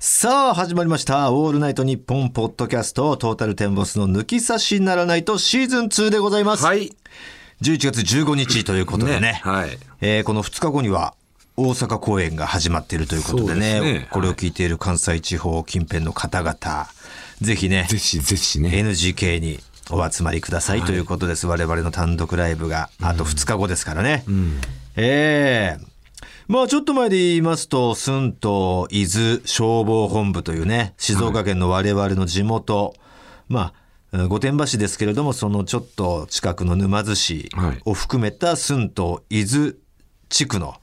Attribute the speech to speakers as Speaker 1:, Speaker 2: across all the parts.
Speaker 1: さあ、始まりました。オールナイトニッポンポッドキャスト、トータルテンボスの抜き差しならないとシーズン2でございます。
Speaker 2: はい。
Speaker 1: 11月15日ということでね。
Speaker 2: はい。
Speaker 1: えーこの2日後には、大阪公演が始まっているということでね、
Speaker 2: そうですね
Speaker 1: これを聞いている関西地方近辺の方々、ぜひね、
Speaker 2: ぜひぜひね。
Speaker 1: NGK にお集まりくださいということです、我々の単独ライブがあと2日後ですからね、ええまあちょっと前で言いますと駿東伊豆消防本部というね静岡県の我々の地元、まあうん御殿場市ですけれどもそのちょっと近くの沼津市
Speaker 2: はい
Speaker 1: を含めた駿東伊豆地区の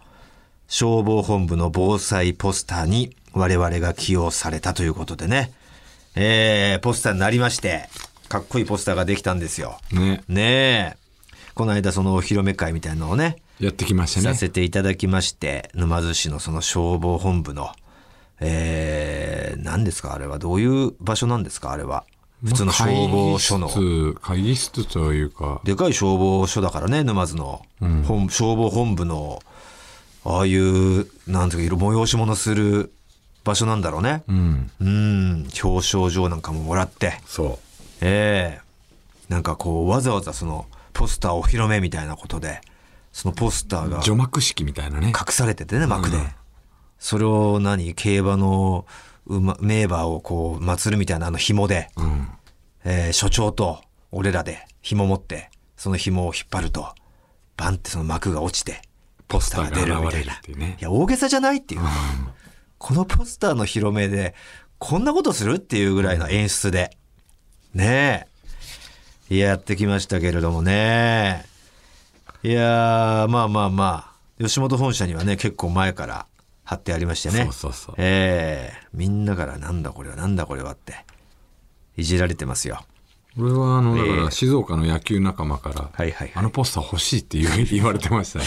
Speaker 1: 消防本部の防災ポスターに我々が起用されたということでね、えーポスターになりまして、かっこいいポスターができたんですよ。
Speaker 2: ね。
Speaker 1: ねえ。この間そのお披露目会みたいなのをね、
Speaker 2: やってきました
Speaker 1: さ
Speaker 2: ね。
Speaker 1: せていただきまして、沼津市のその消防本部の、えー、何ですかあれはどういう場所なんですかあれは。普通の消防署の。
Speaker 2: 会議室、会議室というか、
Speaker 1: でかい消防署だからね、沼津の。本消防本部の、ああいう、なんていうか、催し物する場所なんだろうね。
Speaker 2: うん。
Speaker 1: うん、表彰状なんかももらって。
Speaker 2: そ
Speaker 1: ええなんかこう、わざわざその、ポスターお披露目みたいなことで、そのポスターが
Speaker 2: う。
Speaker 1: 隠
Speaker 2: 除幕式みたいなね。
Speaker 1: されててね、幕で。それを何競馬の馬、名馬をこう、祭るみたいなあの紐で、
Speaker 2: うん。
Speaker 1: えー所長と俺らで紐持って、その紐を引っ張ると、バンってその幕が落ちて、ポスターが出るみたいな
Speaker 2: ポスターが現れるっていうね。
Speaker 1: いや、大げさじゃないっていう。このポスターの広めで、こんなことするっていうぐらいの演出で。ねえ。いややってきましたけれどもね。いやー、まあまあまあ、吉本本社にはね、結構前から貼ってありましてね。
Speaker 2: そうそうそう
Speaker 1: ええみんなからなんだこれは、なんだこれはって、いじられてますよ。
Speaker 2: 俺はあの、だか
Speaker 1: ええ
Speaker 2: ら静岡の野球仲間から、
Speaker 1: はいはいはい
Speaker 2: あのポスター欲しいって言う言われて ましたね。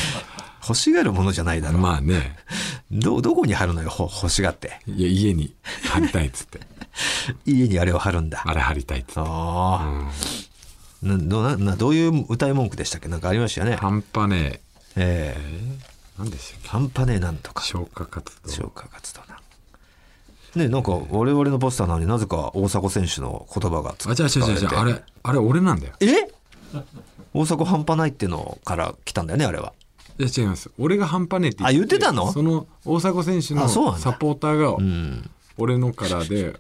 Speaker 1: 欲しがるものじゃないだろう。
Speaker 2: まあね、
Speaker 1: ど、どこに貼るのよ、ほ欲しがって。
Speaker 2: いや家に貼りたいっつって、
Speaker 1: 家にあれを貼るんだ。
Speaker 2: あれ貼りたいっつって。
Speaker 1: ああ、などななどういう歌い文句でしたっけなんかありましたよね。
Speaker 2: 半端ね
Speaker 1: ええ
Speaker 2: え、何でしたっ
Speaker 1: 半端ねえなんと
Speaker 2: け
Speaker 1: か。
Speaker 2: 消火活動。
Speaker 1: 消化活動な。ねなんか我々のポスターなのになぜか大迫選手の言葉が使
Speaker 2: あ、
Speaker 1: わ
Speaker 2: 違う違う違う違う、あ
Speaker 1: れ
Speaker 2: れ、あれ俺なんだよ。
Speaker 1: て。え大迫半端ないってのから来たんだよね、あれは。
Speaker 2: いや違います俺が半端ねえって
Speaker 1: あ言ってたの
Speaker 2: その大迫選手
Speaker 1: あ
Speaker 2: の
Speaker 1: そうなんだ
Speaker 2: サポーターが
Speaker 1: うん。
Speaker 2: 俺のからで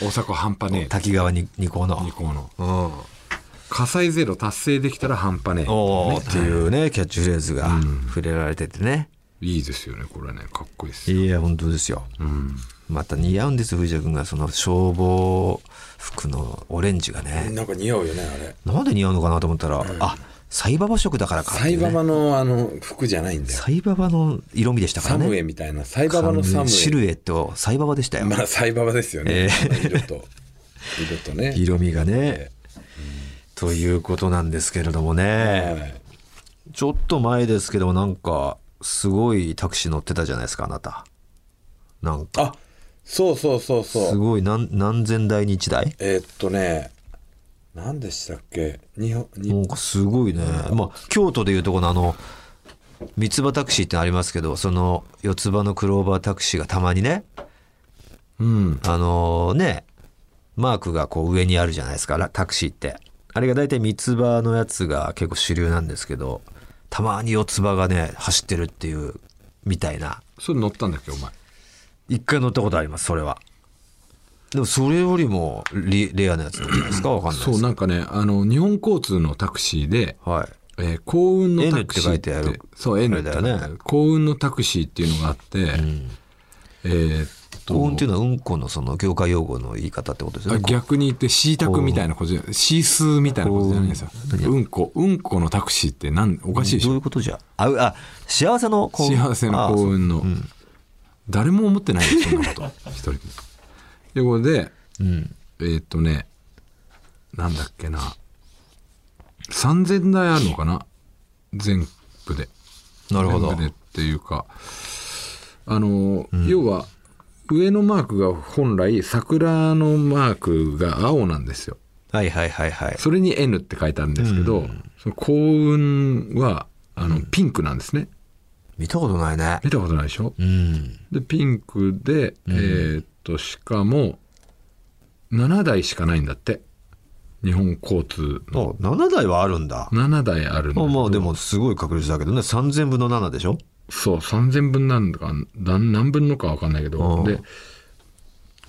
Speaker 2: 大迫半 端ねえ
Speaker 1: 滝川に二校の
Speaker 2: 二。項の
Speaker 1: うん。
Speaker 2: 火災ゼロ達成できたら半端ね
Speaker 1: お
Speaker 2: え
Speaker 1: ーっていうね、キャッチフレーズが触れられててね。
Speaker 2: いいですよねこれねかっこいいですよ
Speaker 1: いや、本当ですよ。
Speaker 2: うん
Speaker 1: また似合うんです藤田君がその消防服のオレンジがね
Speaker 2: なんか似合うよねあれ
Speaker 1: なんで似合うのかなと思ったら、あサイババ色だからかっていうね
Speaker 2: のあの服じゃないんだ
Speaker 1: サイババの色味でしたからね
Speaker 2: みたいなサイ
Speaker 1: 完全にシルエットサイババでしたよ、
Speaker 2: あサイババですよ
Speaker 1: え
Speaker 2: 色と色とね
Speaker 1: 色味がね、ということなんですけれどもね、ちょっと前ですけどなんかすごいタクシー乗ってたじゃないですかあなたなんか
Speaker 3: あそうそうそうそ
Speaker 1: す
Speaker 3: う
Speaker 1: ごい何何千台に1台
Speaker 3: えーっとね何でしたっけ日本日
Speaker 1: なんかすごいね、まあ、京都でいうとこのあの三つ葉タクシーってのありますけどその四つ葉のクローバータクシーがたまにね
Speaker 2: うん
Speaker 1: あのねマークがこう上にあるじゃないですかラタクシーってあれが大体三つ葉のやつが結構主流なんですけどたまに四つ葉がね走ってるっていうみたいな
Speaker 2: それ乗ったんだっけお前
Speaker 1: 一回乗ったことありますそれはでもそれよりもリレアなやつなんじゃないですかわかんないです
Speaker 2: そうなんかねあの日本交通のタクシーで
Speaker 1: はい
Speaker 2: えー幸運のタ
Speaker 1: N っ
Speaker 2: ク
Speaker 1: て
Speaker 2: シ
Speaker 1: 書
Speaker 2: ー
Speaker 1: いてある
Speaker 2: そう N って書いて
Speaker 1: あ
Speaker 2: あ
Speaker 1: れだよ
Speaker 2: る
Speaker 1: ね
Speaker 2: 幸運のタクシーっていうのがあって、えーっと
Speaker 1: 幸運っていうのはうんこのその業界用語の言い方ってことですよ
Speaker 2: あ
Speaker 1: ね
Speaker 2: 逆に言ってシータクみたいなことじゃシースーみたいなことじゃないんですようんこうんこのタクシーってなんおかしいでし
Speaker 1: どうい
Speaker 2: ょ
Speaker 1: うことじゃあうあ幸せの幸運
Speaker 2: 幸せの幸運の、誰も思ってないよそんなこ と一人もでこれで
Speaker 1: うん
Speaker 2: えーっとねなんだっけな3000台あるのかな全部で
Speaker 1: なるほど
Speaker 2: 全部でっていうかあの、要は上のマークが本来桜のマークが青なんですよ
Speaker 1: はいはいはいはい
Speaker 2: それに N って書いてあるんですけど、その幸運はあのピンクなんですね
Speaker 1: 見たことないね
Speaker 2: 見たことないでしょ
Speaker 1: うん
Speaker 2: でピンクで、えーっとしかも7台しかないんだって日本交通の
Speaker 1: お7台はあるんだ。
Speaker 2: 7台あるんだ
Speaker 1: まあまあで
Speaker 2: も
Speaker 1: もすごい確率だけどね3000分の7でしょ
Speaker 2: そう3000分なんだか何何分のか分かんないけ
Speaker 1: う
Speaker 2: ど
Speaker 1: ん
Speaker 2: で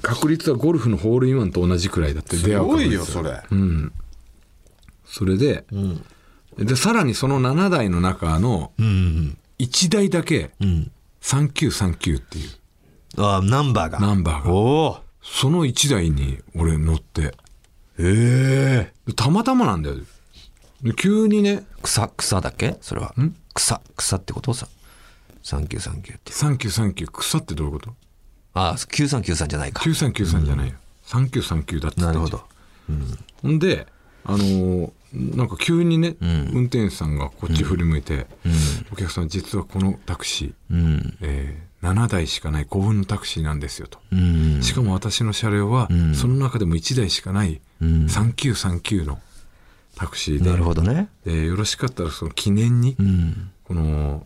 Speaker 2: 確率はゴルフのホールインワンと同じくらいだって出会う確率
Speaker 1: れ。
Speaker 2: うんそれで、
Speaker 1: ん
Speaker 2: でさらにその7台の中の
Speaker 1: うん。
Speaker 2: 1台だけ
Speaker 1: うん。
Speaker 2: 3939っていう
Speaker 1: ああ、ナンバーが。
Speaker 2: ナンバーが
Speaker 1: おー
Speaker 2: その1台に俺乗って
Speaker 1: ええ
Speaker 2: でたまたまなんだよで急にね
Speaker 1: 草、草だっけそれは。草、草ってことさ。3939って。
Speaker 2: 3939草ってどういうこと
Speaker 1: ああ、9393じゃないか。
Speaker 2: 9393じゃないよ、3939だって言ってんじゃ
Speaker 1: な
Speaker 2: ん
Speaker 1: るほど。
Speaker 2: ほんであのーなんか急にね、運転手さんがこっち振り向いて、お客さん実はこのタクシー、
Speaker 1: うん。
Speaker 2: えー7台しかない5分のタクシーなんですよと、
Speaker 1: うん。
Speaker 2: しかも私の車両は、その中でも1台しかない3939のタクシーで,、
Speaker 1: なるほどね。
Speaker 2: でよろしかったらその記念に
Speaker 1: うん。
Speaker 2: この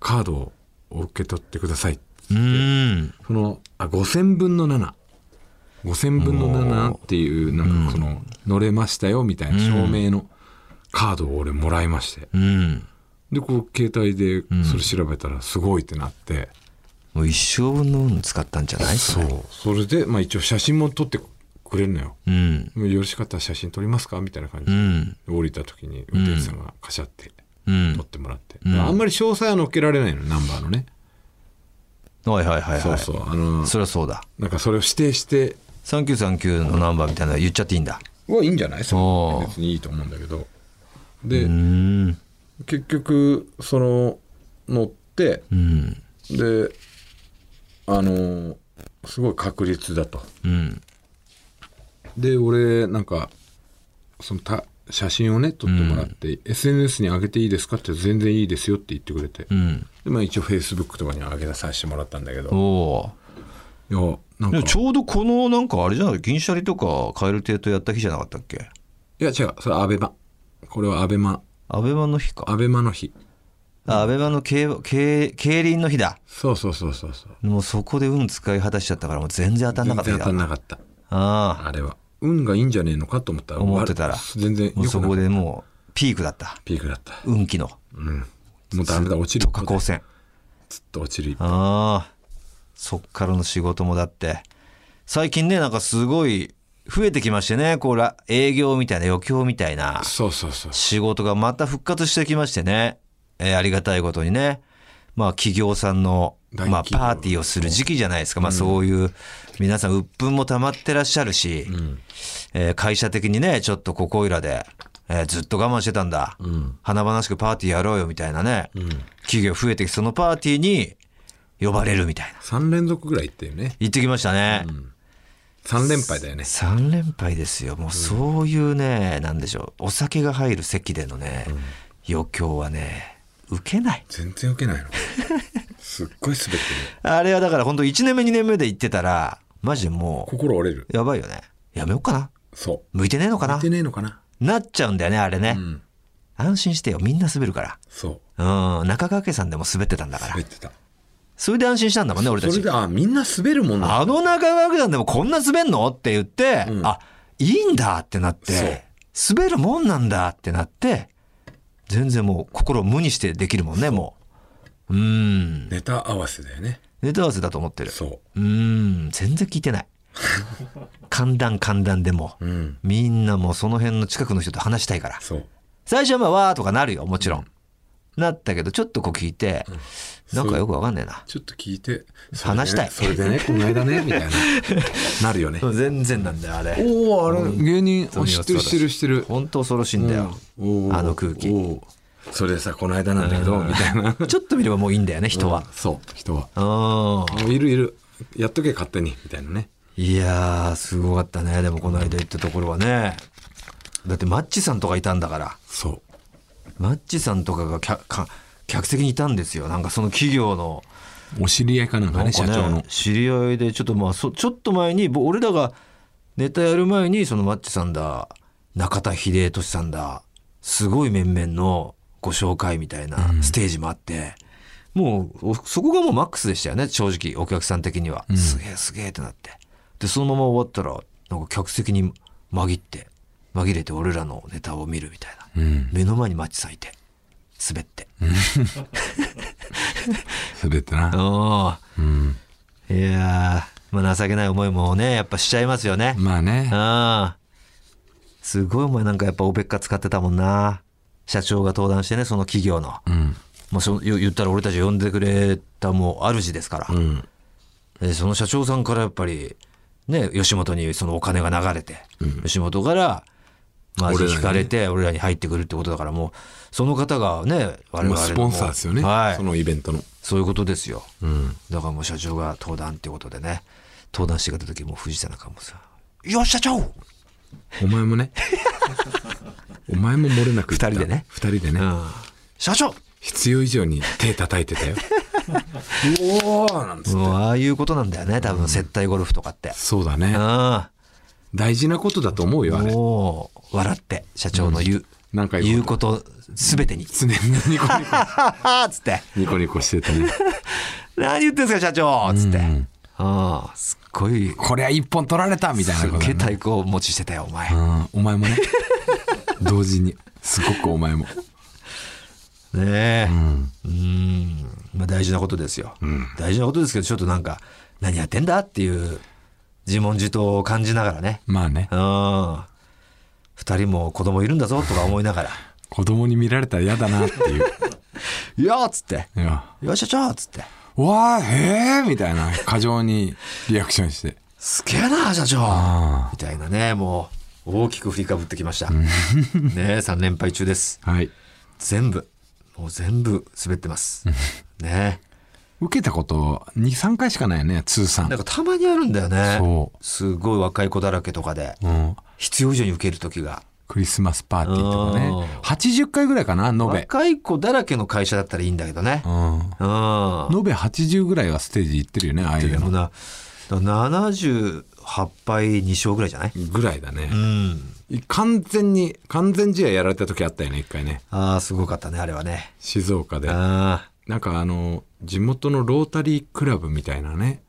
Speaker 2: カードを受け取ってください
Speaker 1: うん。
Speaker 2: そのあ5000分の75,000分の7っていうなんかその乗れましたよみたいな証明のカードを俺もらいまして
Speaker 1: うん。
Speaker 2: でこう携帯でそれ調べたらすごいってなって、
Speaker 1: もう一生分の運使ったんじゃない
Speaker 2: そ
Speaker 1: れ
Speaker 2: うそれでまあ一応写真も撮ってくれるのよ
Speaker 1: うん。
Speaker 2: よろしかったら写真撮りますかみたいな感
Speaker 1: う
Speaker 2: じで
Speaker 1: ん。
Speaker 2: 降りた時に運転手さんがカシャって
Speaker 1: うん
Speaker 2: 撮っ。てもらって、
Speaker 1: ん
Speaker 2: あんまり詳細は載っけられないのナンバーのね、
Speaker 1: はいはいはいはい。
Speaker 2: そうそうあの
Speaker 1: そりゃそうだ。
Speaker 2: なんかそれを指定して
Speaker 1: 3939のナンバーみたいなの言っちゃっていいんだ。
Speaker 2: はいいんじゃないそ
Speaker 1: おー
Speaker 2: れ別にいいと思うんだけどで、
Speaker 1: うん。
Speaker 2: 結局その乗って
Speaker 1: うん。
Speaker 2: であのーすごい確率だと
Speaker 1: うん。
Speaker 2: で俺なんかそのた写真をね撮ってもらって、SNS に上げていいですかって全然いいですよって言ってくれて、
Speaker 1: うん。
Speaker 2: でまあ、一応 Facebook とかに上げさせてもらったんだけど
Speaker 1: おお
Speaker 2: いやな
Speaker 1: ー。
Speaker 2: ん
Speaker 1: で
Speaker 2: か
Speaker 1: もちょうどこのなんかあれじゃない銀シャリとかカエル亭とやった日じゃなかったっけ
Speaker 2: いや違うそれアベマこれはアベマ
Speaker 1: アベマの日か。
Speaker 2: アベマの日
Speaker 1: あアベマの競馬競競輪の日だ。
Speaker 2: そうそうそうそうそう
Speaker 1: もうそこで運使い果たしちゃったからもう全然当たんなかった
Speaker 2: 全
Speaker 1: 日
Speaker 2: 然当
Speaker 1: だ
Speaker 2: たんなかった
Speaker 1: ああ。
Speaker 2: あれは運がいいんじゃねえのかと思ったら
Speaker 1: 思ってたら
Speaker 2: わ全然
Speaker 1: もう
Speaker 2: よく
Speaker 1: そ
Speaker 2: なか
Speaker 1: こ
Speaker 2: った
Speaker 1: でもうピークだった。
Speaker 2: ピークだった
Speaker 1: 運気の。
Speaker 2: うんもうダメだ落ちる
Speaker 1: 下降線。
Speaker 2: ずっと落ちる
Speaker 1: ああ。そっからの仕事もだって。最近ね、なんかすごい増えてきましてね、こうら、営業みたいな余興みたいな
Speaker 2: そうそうそう
Speaker 1: 仕事がまた復活してきましてね。えーありがたいことにね。まあ企業さんの、
Speaker 2: 大企業
Speaker 1: まあパーティーをする時期じゃないですか。まあそういう、皆さん鬱憤も溜まってらっしゃるし、えー会社的にね、ちょっとここいらで、えーずっと我慢してたんだ。華々しくパーティーやろうよみたいなね。企業増えてきて、そのパーティーに呼ばれるみたいな。
Speaker 2: 3連続ぐらい行ってるね
Speaker 1: 行ってきましたね。
Speaker 2: 3連敗だよね
Speaker 1: 3連敗ですよもうそういうね、なんでしょうお酒が入る席でのね、余興はね受けない
Speaker 2: 全然受け ないのすっごい滑ってる
Speaker 1: あれはだから本当1年目2年目で行ってたらマジでも
Speaker 2: 心折れる
Speaker 1: うやばいよねやめようかな
Speaker 2: そ
Speaker 1: 向いてねえのか
Speaker 2: う
Speaker 1: な
Speaker 2: 見てねえのかな
Speaker 1: なっちゃうんだよねあれね、
Speaker 2: うん
Speaker 1: 安心してよみんな滑るか
Speaker 2: そう
Speaker 1: らうん中川家さんでも滑ってたんだから
Speaker 2: 滑ってた
Speaker 1: それで安心したんだもんね俺た
Speaker 2: それ
Speaker 1: ち
Speaker 2: であみんな滑るもんな
Speaker 1: あの中川家さんでもこんな滑んのって言って、あいいんだってなって滑るもんなんだってなって全然もう心を無にしてできるもんねもううーん
Speaker 2: ネタ合わせだよね
Speaker 1: ネタ合わせだと思ってる
Speaker 2: そう
Speaker 1: ーん全然聞いて ない寒暖寒暖でも
Speaker 2: ううん
Speaker 1: みんなもうその辺の近くの人と話したいから
Speaker 2: そう
Speaker 1: 最初はまあわーとかなるよもちろん、なったけどちょっとこう聞いて、なんかよくわかんねえな
Speaker 2: ちょっと聞いてそれでね
Speaker 1: 話したい
Speaker 2: それでねこの間ね みたいななるよね
Speaker 1: 全然なんだよあれ
Speaker 2: おおあれ芸人
Speaker 1: 当に
Speaker 2: 知ってる知ってる知ってる
Speaker 1: 本当恐ろしいんだよ、
Speaker 2: おー
Speaker 1: あの空気
Speaker 2: おーそれでさこの間なんだけどみたいな
Speaker 1: ちょっと見ればもういいんだよね人は、
Speaker 2: そう人は
Speaker 1: うん
Speaker 2: もういるいるやっとけ勝手にみたいなね
Speaker 1: いやーすごかったねでもこの間行ったところはねだってマッチさんとかいたんだから
Speaker 2: そう
Speaker 1: マッチさんとかが客か客席にいたんですよなんかその企業の
Speaker 2: お知り合いかなんか
Speaker 1: なん
Speaker 2: ね
Speaker 1: か
Speaker 2: 社
Speaker 1: ね
Speaker 2: 長の
Speaker 1: 知り合いでちょっとまあそちょっと前にぼ俺らがネタやる前にそのマッチさんだ中田秀俊さんだすごい面々のご紹介みたいなステージもあって、もうおそこがもうマックスでしたよね正直お客さん的には、すげえすげえってなってでそのまま終わったらなんか客席に紛って紛れて俺らのネタを見るみたいな、目の前にマッチさんいて滑って、
Speaker 2: 滑ったな。
Speaker 1: ああ、いやー、まあ、情けない思いもねやっぱしちゃいますよね、
Speaker 2: まあね。
Speaker 1: ああすごいお前なんかやっぱおべっか使ってたもんな社長が登壇してねその企業の、
Speaker 2: うん。
Speaker 1: まあ、そ言言ったら俺たち呼んでくれたもう主ですから、
Speaker 2: うん。
Speaker 1: でその社長さんからやっぱりね吉本にそのお金が流れて、吉本からまあ
Speaker 2: 俺らに
Speaker 1: 引かれて俺らに入ってくるってことだからもうその方がね我々の
Speaker 2: まあスポンサーですよね。
Speaker 1: はい
Speaker 2: そのイベントの。
Speaker 1: そういうことですよ、
Speaker 2: ん
Speaker 1: だからもう社長が登壇ってことでね登壇してくれた時もう藤田なんかもさ「よし社長!」
Speaker 2: お前 もね。お前も漏れなく言った
Speaker 1: 二人でね
Speaker 2: 二人でね。
Speaker 1: うん「社長!」
Speaker 2: 必要以上に手叩いてたよ。 おーなんつ
Speaker 1: もうああいうことなんだよね多分接待ゴルフとかって、
Speaker 2: そうだ
Speaker 1: う
Speaker 2: ね。
Speaker 1: ん
Speaker 2: 大事なことだと思うよ、あれ。
Speaker 1: もう笑って社長の言う、
Speaker 2: なんか
Speaker 1: 言うことすべてに
Speaker 2: 常にニコニコ
Speaker 1: 「ははは」つって
Speaker 2: ニコニコしてたね。
Speaker 1: 「何言ってんすか社長」つって、
Speaker 2: うん
Speaker 1: ああすっごい
Speaker 2: これは一本取られたみたいな
Speaker 1: すっ
Speaker 2: こと
Speaker 1: げえ
Speaker 2: だね
Speaker 1: 太鼓を持ちしてたよお前、
Speaker 2: うんお前もね。 同時に。すごくお前も。
Speaker 1: ねえうんまあ大事なことですよ、大事なことですけどちょっとなんか何やってんだっていう自問自答を感じながらね
Speaker 2: まあね
Speaker 1: う。ん2人も子供いるんだぞとか思いながら「
Speaker 2: 子供に見られたら嫌だなっていう。
Speaker 1: いや」っつって
Speaker 2: いや。
Speaker 1: 「よっしゃちょ」っつって
Speaker 2: わあへえみたいな過剰にリアクションして
Speaker 1: 「すげえな社長
Speaker 2: あ」
Speaker 1: みたいなねもう大きく振りかぶってきました ねえ3連敗中です
Speaker 2: はい
Speaker 1: 全部もう全部滑って ますね
Speaker 2: 受けたこと23回しかないよね通
Speaker 1: えなん
Speaker 2: 算
Speaker 1: かたまにあるんだよね
Speaker 2: そ
Speaker 1: すごい若い子だらけとかで
Speaker 2: う、うん、
Speaker 1: 必要以上に受ける時が
Speaker 2: クリスマスパーティーとか
Speaker 1: うん
Speaker 2: ね80回ぐらいかな延べ、
Speaker 1: 若い子だらけの会社だったらいいんだけどね
Speaker 2: う
Speaker 1: うん
Speaker 2: ん、延べ80ぐらいはステージ行ってるよねああい
Speaker 1: で
Speaker 2: う
Speaker 1: も
Speaker 2: の
Speaker 1: なだから78敗2勝ぐらいじゃない
Speaker 2: ぐらいだね
Speaker 1: うん
Speaker 2: 完全に完全試合やられた時あったよね一回ね
Speaker 1: ああすごかったねあれはね
Speaker 2: 静岡で
Speaker 1: あ
Speaker 2: なんかあの地元のロータリークラブみたいなね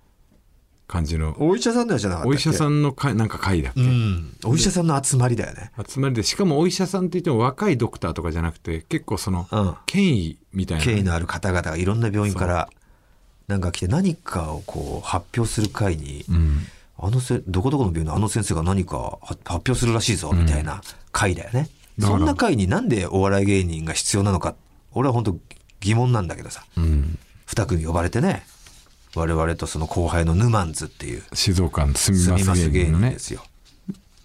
Speaker 2: 感じ
Speaker 1: あ
Speaker 2: の
Speaker 1: お医者さんのやつじゃなかったっ
Speaker 2: お
Speaker 1: け
Speaker 2: 医者さんの会なんか会だっけ
Speaker 1: うんお医者さんの集まりだよね
Speaker 2: 集まりでしかもお医者さんって言っても若いドクターとかじゃなくて結構その
Speaker 1: うん
Speaker 2: 権威みたいな
Speaker 1: 敬意のある方々がいろんな病院からなんか来て何かをこう発表する会に、
Speaker 2: うん
Speaker 1: あのせどこどこの病院のあの先生が何かは発表するらしいぞみたいな会だよね、
Speaker 2: だか
Speaker 1: そ
Speaker 2: ら
Speaker 1: んな会になんでお笑い芸人が必要なのか俺は本当疑問なんだけどさ
Speaker 2: うん
Speaker 1: 2組呼ばれてね我々とその後輩のヌマンズっていう
Speaker 2: 静岡のすみ
Speaker 1: 住
Speaker 2: ま
Speaker 1: みますす芸
Speaker 2: 芸人の
Speaker 1: 人
Speaker 2: ね
Speaker 1: ですよ、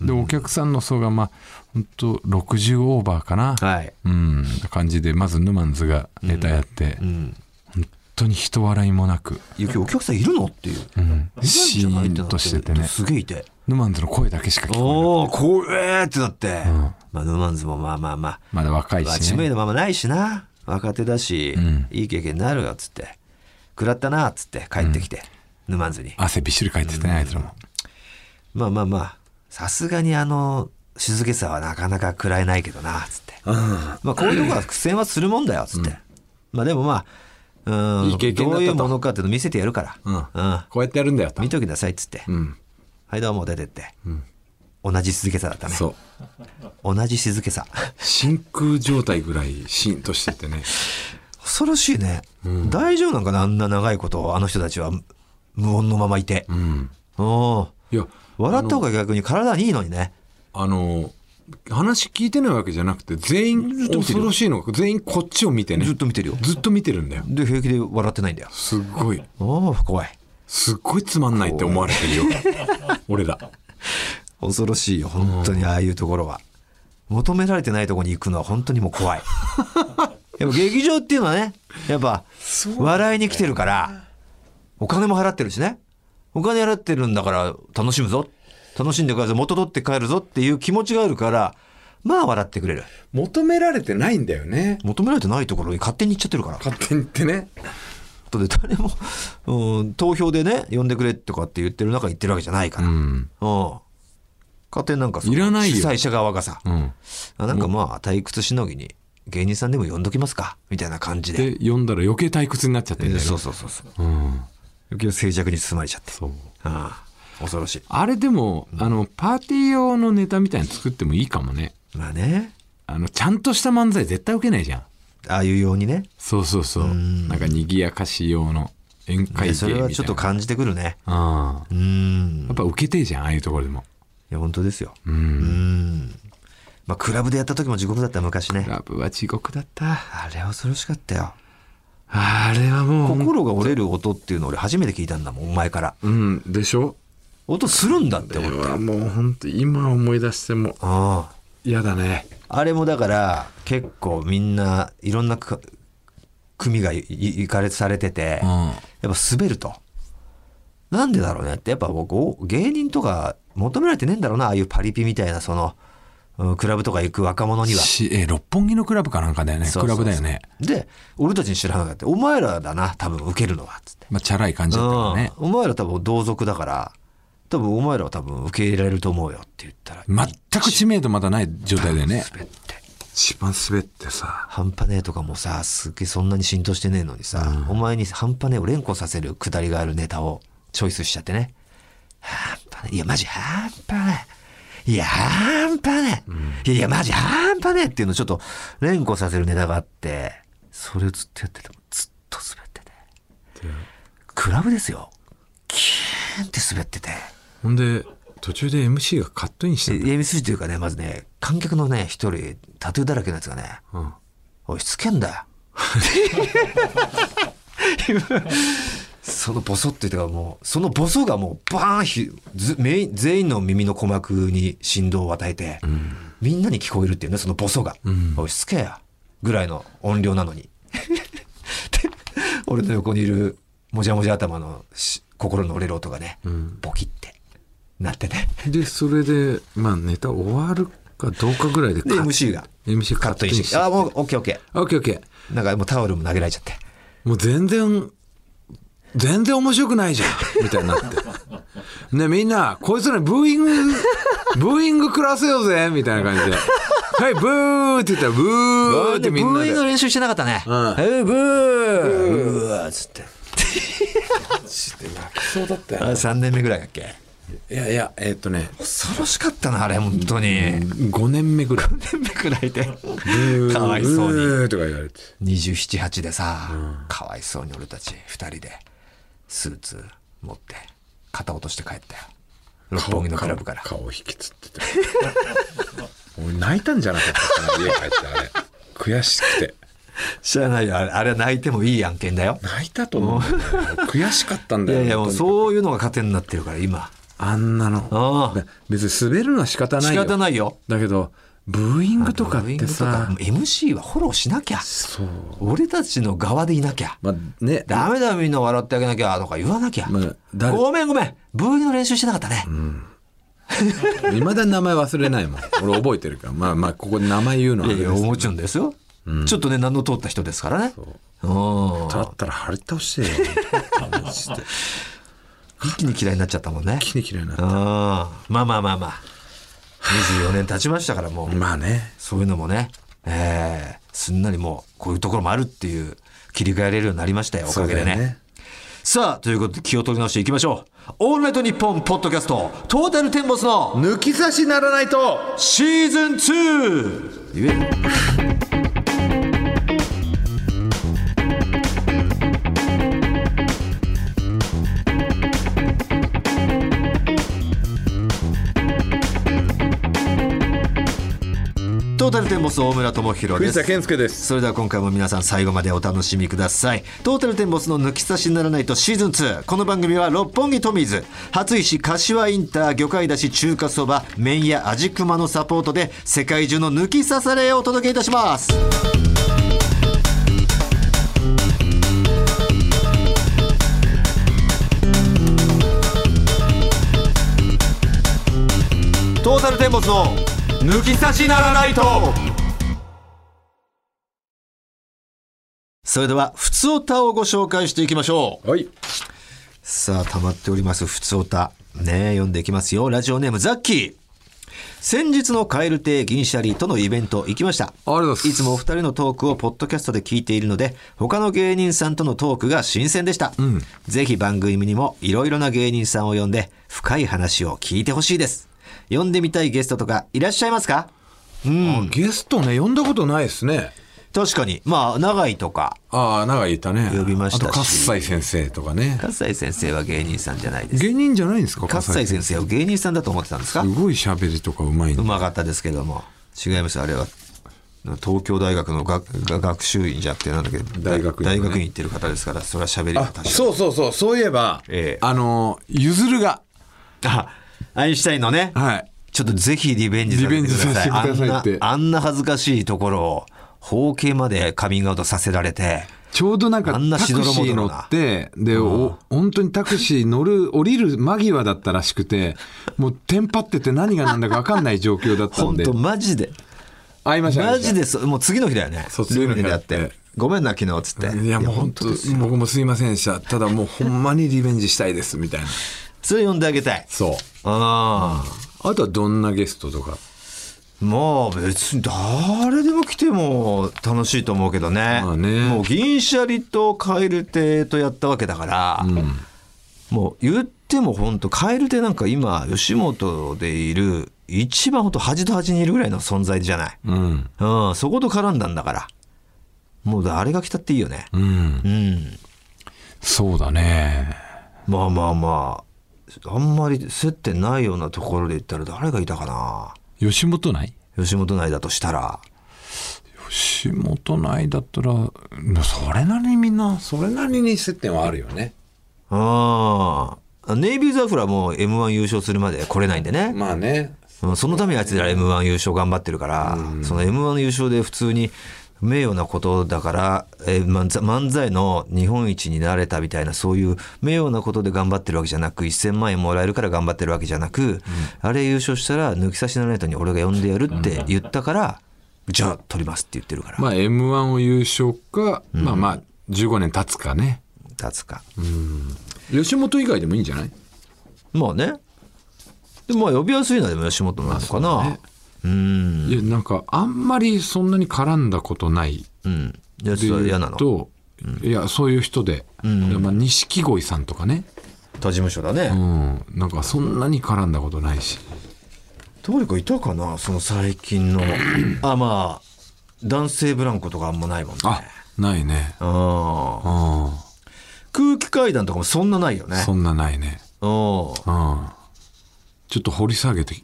Speaker 2: でお客さんの層がまあ本当60オーバーかな、
Speaker 1: はい、
Speaker 2: うん感じでまずヌマンズがネタやって、
Speaker 1: うん、
Speaker 2: 本当に人笑いもなく、
Speaker 1: いや今日お客さんいるのっていう、
Speaker 2: うん、
Speaker 1: いないん
Speaker 2: シ
Speaker 1: じゃないって
Speaker 2: ー
Speaker 1: な
Speaker 2: ン
Speaker 1: っ
Speaker 2: としててね
Speaker 1: すげえいて
Speaker 2: ヌマンズの声だけしか聞こ
Speaker 1: おお怖えーってなって、
Speaker 2: ん
Speaker 1: まあ、ヌマンズもまあまあまあ
Speaker 2: えないまだ若い
Speaker 1: まあ
Speaker 2: し
Speaker 1: 知名
Speaker 2: ね
Speaker 1: 度ままないしな若手だし、
Speaker 2: ん
Speaker 1: いい経験になるよっつって食らったなっつって帰ってきて、沼津に
Speaker 2: 汗びっしりかいててねあいつらも
Speaker 1: まあまあまあさすがにあの静けさはなかなか食らえないけどなっつってまあこういうとこは苦戦はするもんだよっつって、まあでもまあうん
Speaker 2: いい経験だ
Speaker 1: ど
Speaker 2: ったと
Speaker 1: ういうものかっていうの見せてやるから、
Speaker 2: うんこうやってやるんだよと
Speaker 1: 見ときなさいっつって、
Speaker 2: うん
Speaker 1: はいどうも出てって、同じ静けさだったね
Speaker 2: そ
Speaker 1: 同
Speaker 2: う
Speaker 1: じ静けさ
Speaker 2: 真空状態ぐらいシーンとしててね
Speaker 1: 恐ろしいね、大丈夫なんかなあんな長いことあの人たちは無無音のままいて、
Speaker 2: うん
Speaker 1: うん
Speaker 2: いや
Speaker 1: 笑った方が逆に体にいいのにね
Speaker 2: あの話聞いてないわけじゃなくて全員
Speaker 1: と見てる
Speaker 2: 恐ろしいのが全員こっちを見てね
Speaker 1: ずっと見てるよ
Speaker 2: ずっと見てるんだよ
Speaker 1: で平気で笑ってないんだよ
Speaker 2: すっごい
Speaker 1: おお怖い
Speaker 2: すっごいつまんないって思われてるよ俺ら
Speaker 1: 恐ろしいよ本当にああいうところは求められてないところに行くのは本当にもう怖い やっぱ劇場っていうのはねやっぱ笑いに来てるからお金も払ってるしねお金払ってるんだから楽しむぞ楽しんで帰るぞ元取って帰るぞっていう気持ちがあるからまあ笑ってくれる
Speaker 2: 求められてないんだよね
Speaker 1: 求められてないところに勝手に行っちゃってるから
Speaker 2: 勝手に言ってね
Speaker 1: だって誰も、うん、投票でね呼んでくれとかって言ってる中言ってるわけじゃないから、
Speaker 2: う
Speaker 1: うん
Speaker 2: ん
Speaker 1: 勝手になんかその
Speaker 2: いらないよ
Speaker 1: 主催者側がさ、
Speaker 2: うん
Speaker 1: あなんかまあ退屈しのぎに芸人さんでも呼んどきますかみたいな感じで
Speaker 2: で読んだら余計退屈になっちゃってんだよね
Speaker 1: そうそうそうそう
Speaker 2: うん
Speaker 1: 余計静寂に包まれちゃって
Speaker 2: そう
Speaker 1: ああ恐ろしい
Speaker 2: あれでもあのパーティー用のネタみたいに作ってもいいかもね
Speaker 1: まあね
Speaker 2: あのちゃんとした漫才絶対受けないじゃん
Speaker 1: ああいうようにね
Speaker 2: そうそうそうなんか賑やかし用の宴会芸みたいな
Speaker 1: それはちょっと感じてくるね
Speaker 2: ああ
Speaker 1: うん
Speaker 2: やっぱ受けてえじゃんああいうところでも
Speaker 1: いや本当ですよ
Speaker 2: う
Speaker 1: うんんまあクラブでやった時も地獄だった昔ね
Speaker 2: ラブは地獄だった
Speaker 1: あれは恐ろしかったよ
Speaker 2: あれはもう
Speaker 1: 心が折れる音っていうのを俺初めて聞いたんだもんお前から
Speaker 2: うんでしょ
Speaker 1: 音するんだって
Speaker 2: で
Speaker 1: 思って
Speaker 2: はもう本当今思い出しても
Speaker 1: ああ
Speaker 2: 嫌だね
Speaker 1: あれもだから結構みんないろんなく組がいいいかれされてて、
Speaker 2: うん
Speaker 1: やっぱ滑ると。なんでだろうねってやっぱ僕お芸人とか求められてねえんだろうなああいうパリピみたいなその、うんクラブとか行く若者には。
Speaker 2: しえ六本木のクラブかなんかだよね
Speaker 1: そうそ
Speaker 2: クラ
Speaker 1: うそ
Speaker 2: ブ
Speaker 1: う
Speaker 2: だよね
Speaker 1: で俺たちに知らなかったお前らだな多分受けるのはつって。
Speaker 2: まあチャラい感じだったからね
Speaker 1: うんお前ら多分同族だから多分お前らは多分受け入れられると思うよって言ったら
Speaker 2: 全く知名度まだない状態だよね
Speaker 1: 滑って。
Speaker 2: 一番滑ってさ
Speaker 1: 半端ねえとかもさすっげえそんなに浸透してねえのにさ、お前に半端ねえを連呼させるくだりがあるネタをチョイスしちゃってね半端ねえいやマジ半端ねえいや半端ねえ、いやマジ半端ねえっていうのをちょっと連呼させるネタがあってそれをずっとやっててもずっと滑っててクラブですよキーンって滑ってて
Speaker 2: ほんで途中で MC がカットインしてんだ
Speaker 1: え m 筋というかねまずね観客のね一人タトゥーだらけのやつがね
Speaker 2: うん
Speaker 1: おいしつけんだよそのボソって言ったからもうそのボソがもうバーンひずめ全員の耳の鼓膜に振動を与えて、みんなに聞こえるっていうねそのボソが「おいしつけや」ぐらいの音量なのにで俺の横にいるもじゃもじゃ頭のし心の折れる音がね、ボキってなってね
Speaker 2: でそれでまあネタ終わるかどうかぐらいでカ
Speaker 1: で
Speaker 2: ッ
Speaker 1: MC が
Speaker 2: MC
Speaker 1: カ
Speaker 2: カ
Speaker 1: ッ
Speaker 2: ッ
Speaker 1: ト
Speaker 2: ト
Speaker 1: イ
Speaker 2: イ
Speaker 1: ン
Speaker 2: ン
Speaker 1: してき
Speaker 2: し
Speaker 1: て
Speaker 2: て
Speaker 1: 「ああもう OKOK
Speaker 2: あオッケーオッケ」
Speaker 1: なんかもうタオルも投げられちゃって。
Speaker 2: ーもう全然全然面白くないじゃ んみたいになってねみんなこいつらにブーイング ブーイング食らせようぜみたいな感じで「はいブー!」って言ったらブーってみん
Speaker 1: ブ
Speaker 2: な
Speaker 1: ーイン
Speaker 2: で
Speaker 1: グの練習してなかったね。
Speaker 2: ん
Speaker 1: えーブーブーっつって。
Speaker 3: 泣きそうだったよね
Speaker 1: 3年目ぐらいだっけ
Speaker 2: いやいやえーっとね
Speaker 1: 恐ろしかったな、あれ、本当に。3
Speaker 2: 5年目ぐらい
Speaker 1: 年目ぐらいで。
Speaker 2: 「
Speaker 1: かわいそうに。
Speaker 2: うー」とか言われて
Speaker 1: 27、8でさ、かわいそうに俺たち2人で、スーツ持って、肩落として帰ったよ。六本木のクラブから。
Speaker 2: 顔引きつってて俺泣いたんじゃなかったかな家帰ってあれ悔しくて
Speaker 1: 知らないよ、あれ、あれは泣いてもいい案件だよ。
Speaker 2: 泣いたと思うんだよね悔しかったん
Speaker 1: い
Speaker 2: だよ
Speaker 1: やいや、もう
Speaker 2: 本当に
Speaker 1: そういうのが糧になってるから、今。
Speaker 2: あんなの
Speaker 1: ああ。
Speaker 2: 別に滑るのは仕方ない
Speaker 1: 仕
Speaker 2: よ
Speaker 1: 方ないよ。
Speaker 2: だけどブーイングとかっ
Speaker 1: ブーイン
Speaker 2: て
Speaker 1: グとか
Speaker 2: さ
Speaker 1: MC はフォローしなきゃ。
Speaker 2: そう
Speaker 1: 俺たちの側でいなきゃ。
Speaker 2: まあね
Speaker 1: ダメだよみんな笑ってあげなきゃとか言わなきゃ。
Speaker 2: まあ誰
Speaker 1: ごめんごめん。ブーイングの練習してなかったね。
Speaker 2: いまだに名前忘れないもん俺覚えてるからまあまあここで名前言うのはあれ
Speaker 1: い
Speaker 2: です
Speaker 1: やいや、もちろんですよ。ちょっとね、名の通った人ですからね。うん
Speaker 2: だったら張り倒し てよマジで
Speaker 1: 一気に嫌いになっちゃったもんね。
Speaker 2: 気に嫌いになっ
Speaker 1: うん
Speaker 2: た
Speaker 1: まあまあまあまあ。24年経ちましたからもう、
Speaker 2: まあね
Speaker 1: そういうのもね、えーすんなりもう、こういうところもあるっていう、切り替えれるようになりましたよ、おかげで
Speaker 2: そうだよ
Speaker 1: ねさあ、ということで気を取り直していきましょう。オールナイトニッポンポッドキャスト、トータルテンボスの
Speaker 2: 抜き差しならないと
Speaker 1: シーズン 2! 言えトータルテンボス大村智弘です
Speaker 2: 健介です
Speaker 1: それでは今回も皆さん最後までお楽しみくださいトータルテンボスの抜き差しならないとシーズン2この番組は六本木トミーズ初石柏インター魚介だし中華そば麺屋味熊のサポートで世界中の抜き差されをお届けいたしますトータルテンボスの抜き差しならないとそれでは、ふつおたをご紹介していきましょう。
Speaker 2: はい
Speaker 1: さあ、溜まっております、ふつおた。ねえ読んでいきますよ。ラジオネーム、ザッキー。先日の蛙亭銀シャリとのイベント行きました。
Speaker 2: ありがとうございます
Speaker 1: いつもお二人のトークをポッドキャストで聞いているので、他の芸人さんとのトークが新鮮でした。ぜひ番組にもいろいろな芸人さんを呼んで、深い話を聞いてほしいです。呼んでみたいゲストとかいらっしゃいますか
Speaker 2: あゲストね呼んだことないですね
Speaker 1: 確かに。まあ、長井とか、
Speaker 2: ああ長井いたね
Speaker 1: 呼びましたし
Speaker 2: あと葛西先生とかね
Speaker 1: 葛西先生は芸人さんじゃないです。
Speaker 2: 芸人じゃないんですか
Speaker 1: 葛西先生を芸人さんだと思ってたんですか
Speaker 2: すごい喋りとかうまいん
Speaker 1: う
Speaker 2: で
Speaker 1: まかったですけども。違います、あれは。東京大学の学が学習院じゃなくて、なんだっけ
Speaker 2: 大学院
Speaker 1: 大院行ってる方ですから、それは喋り
Speaker 2: あ
Speaker 1: 方
Speaker 2: そうそうそうそういえば、
Speaker 1: ええ
Speaker 2: あのゆずるが
Speaker 1: あ、アインシュタインのね、
Speaker 2: はい
Speaker 1: ちょっとぜひリベンジさせてください。
Speaker 2: リベンジさせてくださいって
Speaker 1: あんなあんな恥ずかしいところを、包茎までカミングアウトさせられて、
Speaker 2: ちょうどなんか
Speaker 1: あんな
Speaker 2: タクシ
Speaker 1: しどろも
Speaker 2: ー
Speaker 1: ど
Speaker 2: 乗
Speaker 1: ろ
Speaker 2: っ
Speaker 1: な
Speaker 2: て、で、お本当にタクシー乗る、降りる間際だったらしくて、もうテンパってて何が何だか分かんない状況だったん
Speaker 1: 本
Speaker 2: で
Speaker 1: 当、マジで。
Speaker 2: 会いました
Speaker 1: マジです、もう次の日だよね。
Speaker 2: そう次の日
Speaker 1: ルミネで
Speaker 2: だ
Speaker 1: や
Speaker 2: っ
Speaker 1: ってて。ごめんな、昨日、つって。
Speaker 2: いやもう本当僕もすいませんでしたただもうほんまにリベンジしたいですみたいな
Speaker 1: それ呼んであげたい。
Speaker 2: そう
Speaker 1: あ
Speaker 2: あとはどんなゲストとか
Speaker 1: あ。もう別に誰でも来ても楽しいと思うけどね。
Speaker 2: まあね
Speaker 1: もう銀シャリとカエル亭とやったわけだから、もう言っても本当カエル亭なんか今、吉本でいる、一番本当端と端にいるぐらいの存在じゃない。
Speaker 2: うん
Speaker 1: うん、そこと絡んだんだから。もう誰が来たっていいよね。
Speaker 2: うん
Speaker 1: うん。
Speaker 2: そうだね
Speaker 1: まあまあまあ、あんまり接点ないようなところで言ったら誰がいたかな。
Speaker 2: 吉本内
Speaker 1: 吉本内だとしたら。
Speaker 2: 吉本内だったらそれなりにみんなそれなりに接点はあるよね
Speaker 1: ああ。ネイビーザフラも M1 優勝するまで来れないんでね。
Speaker 2: まあね
Speaker 1: うんそのためにあいつら M1 優勝頑張ってるから、その M1 の優勝で普通に名誉なことだから、えー漫才漫才の日本一になれたみたいな、そういう名誉なことで頑張ってるわけじゃなく、1000万円もらえるから頑張ってるわけじゃなく、あれ優勝したら抜き差しならないとに俺が呼んでやるって言ったから、じゃあ取りますって言ってるから。
Speaker 2: まあ m 1を優勝か、まあまあ15年経つかね
Speaker 1: 立つか。
Speaker 2: 吉本以外でもいいんじゃない
Speaker 1: まあね。でまあ呼びやすいのはでも吉本なのかな。
Speaker 2: まあ
Speaker 1: う
Speaker 2: そうね
Speaker 1: ん。
Speaker 2: いやなんかあんまりそんなに絡んだことない
Speaker 1: うん。やつは嫌なの。
Speaker 2: と、いやそういう人で、でまあ、錦鯉さんとかね、
Speaker 1: 他事務所だね。
Speaker 2: うん、なんかそんなに絡んだことないし
Speaker 1: 誰かいたかなその最近のあまあ男性ブランコとかあんまないもんね
Speaker 2: あないね
Speaker 1: あ
Speaker 2: うん
Speaker 1: 空気階段とかもそんなないよね
Speaker 2: そんなないね
Speaker 1: うん
Speaker 2: うんちょっと掘り下げて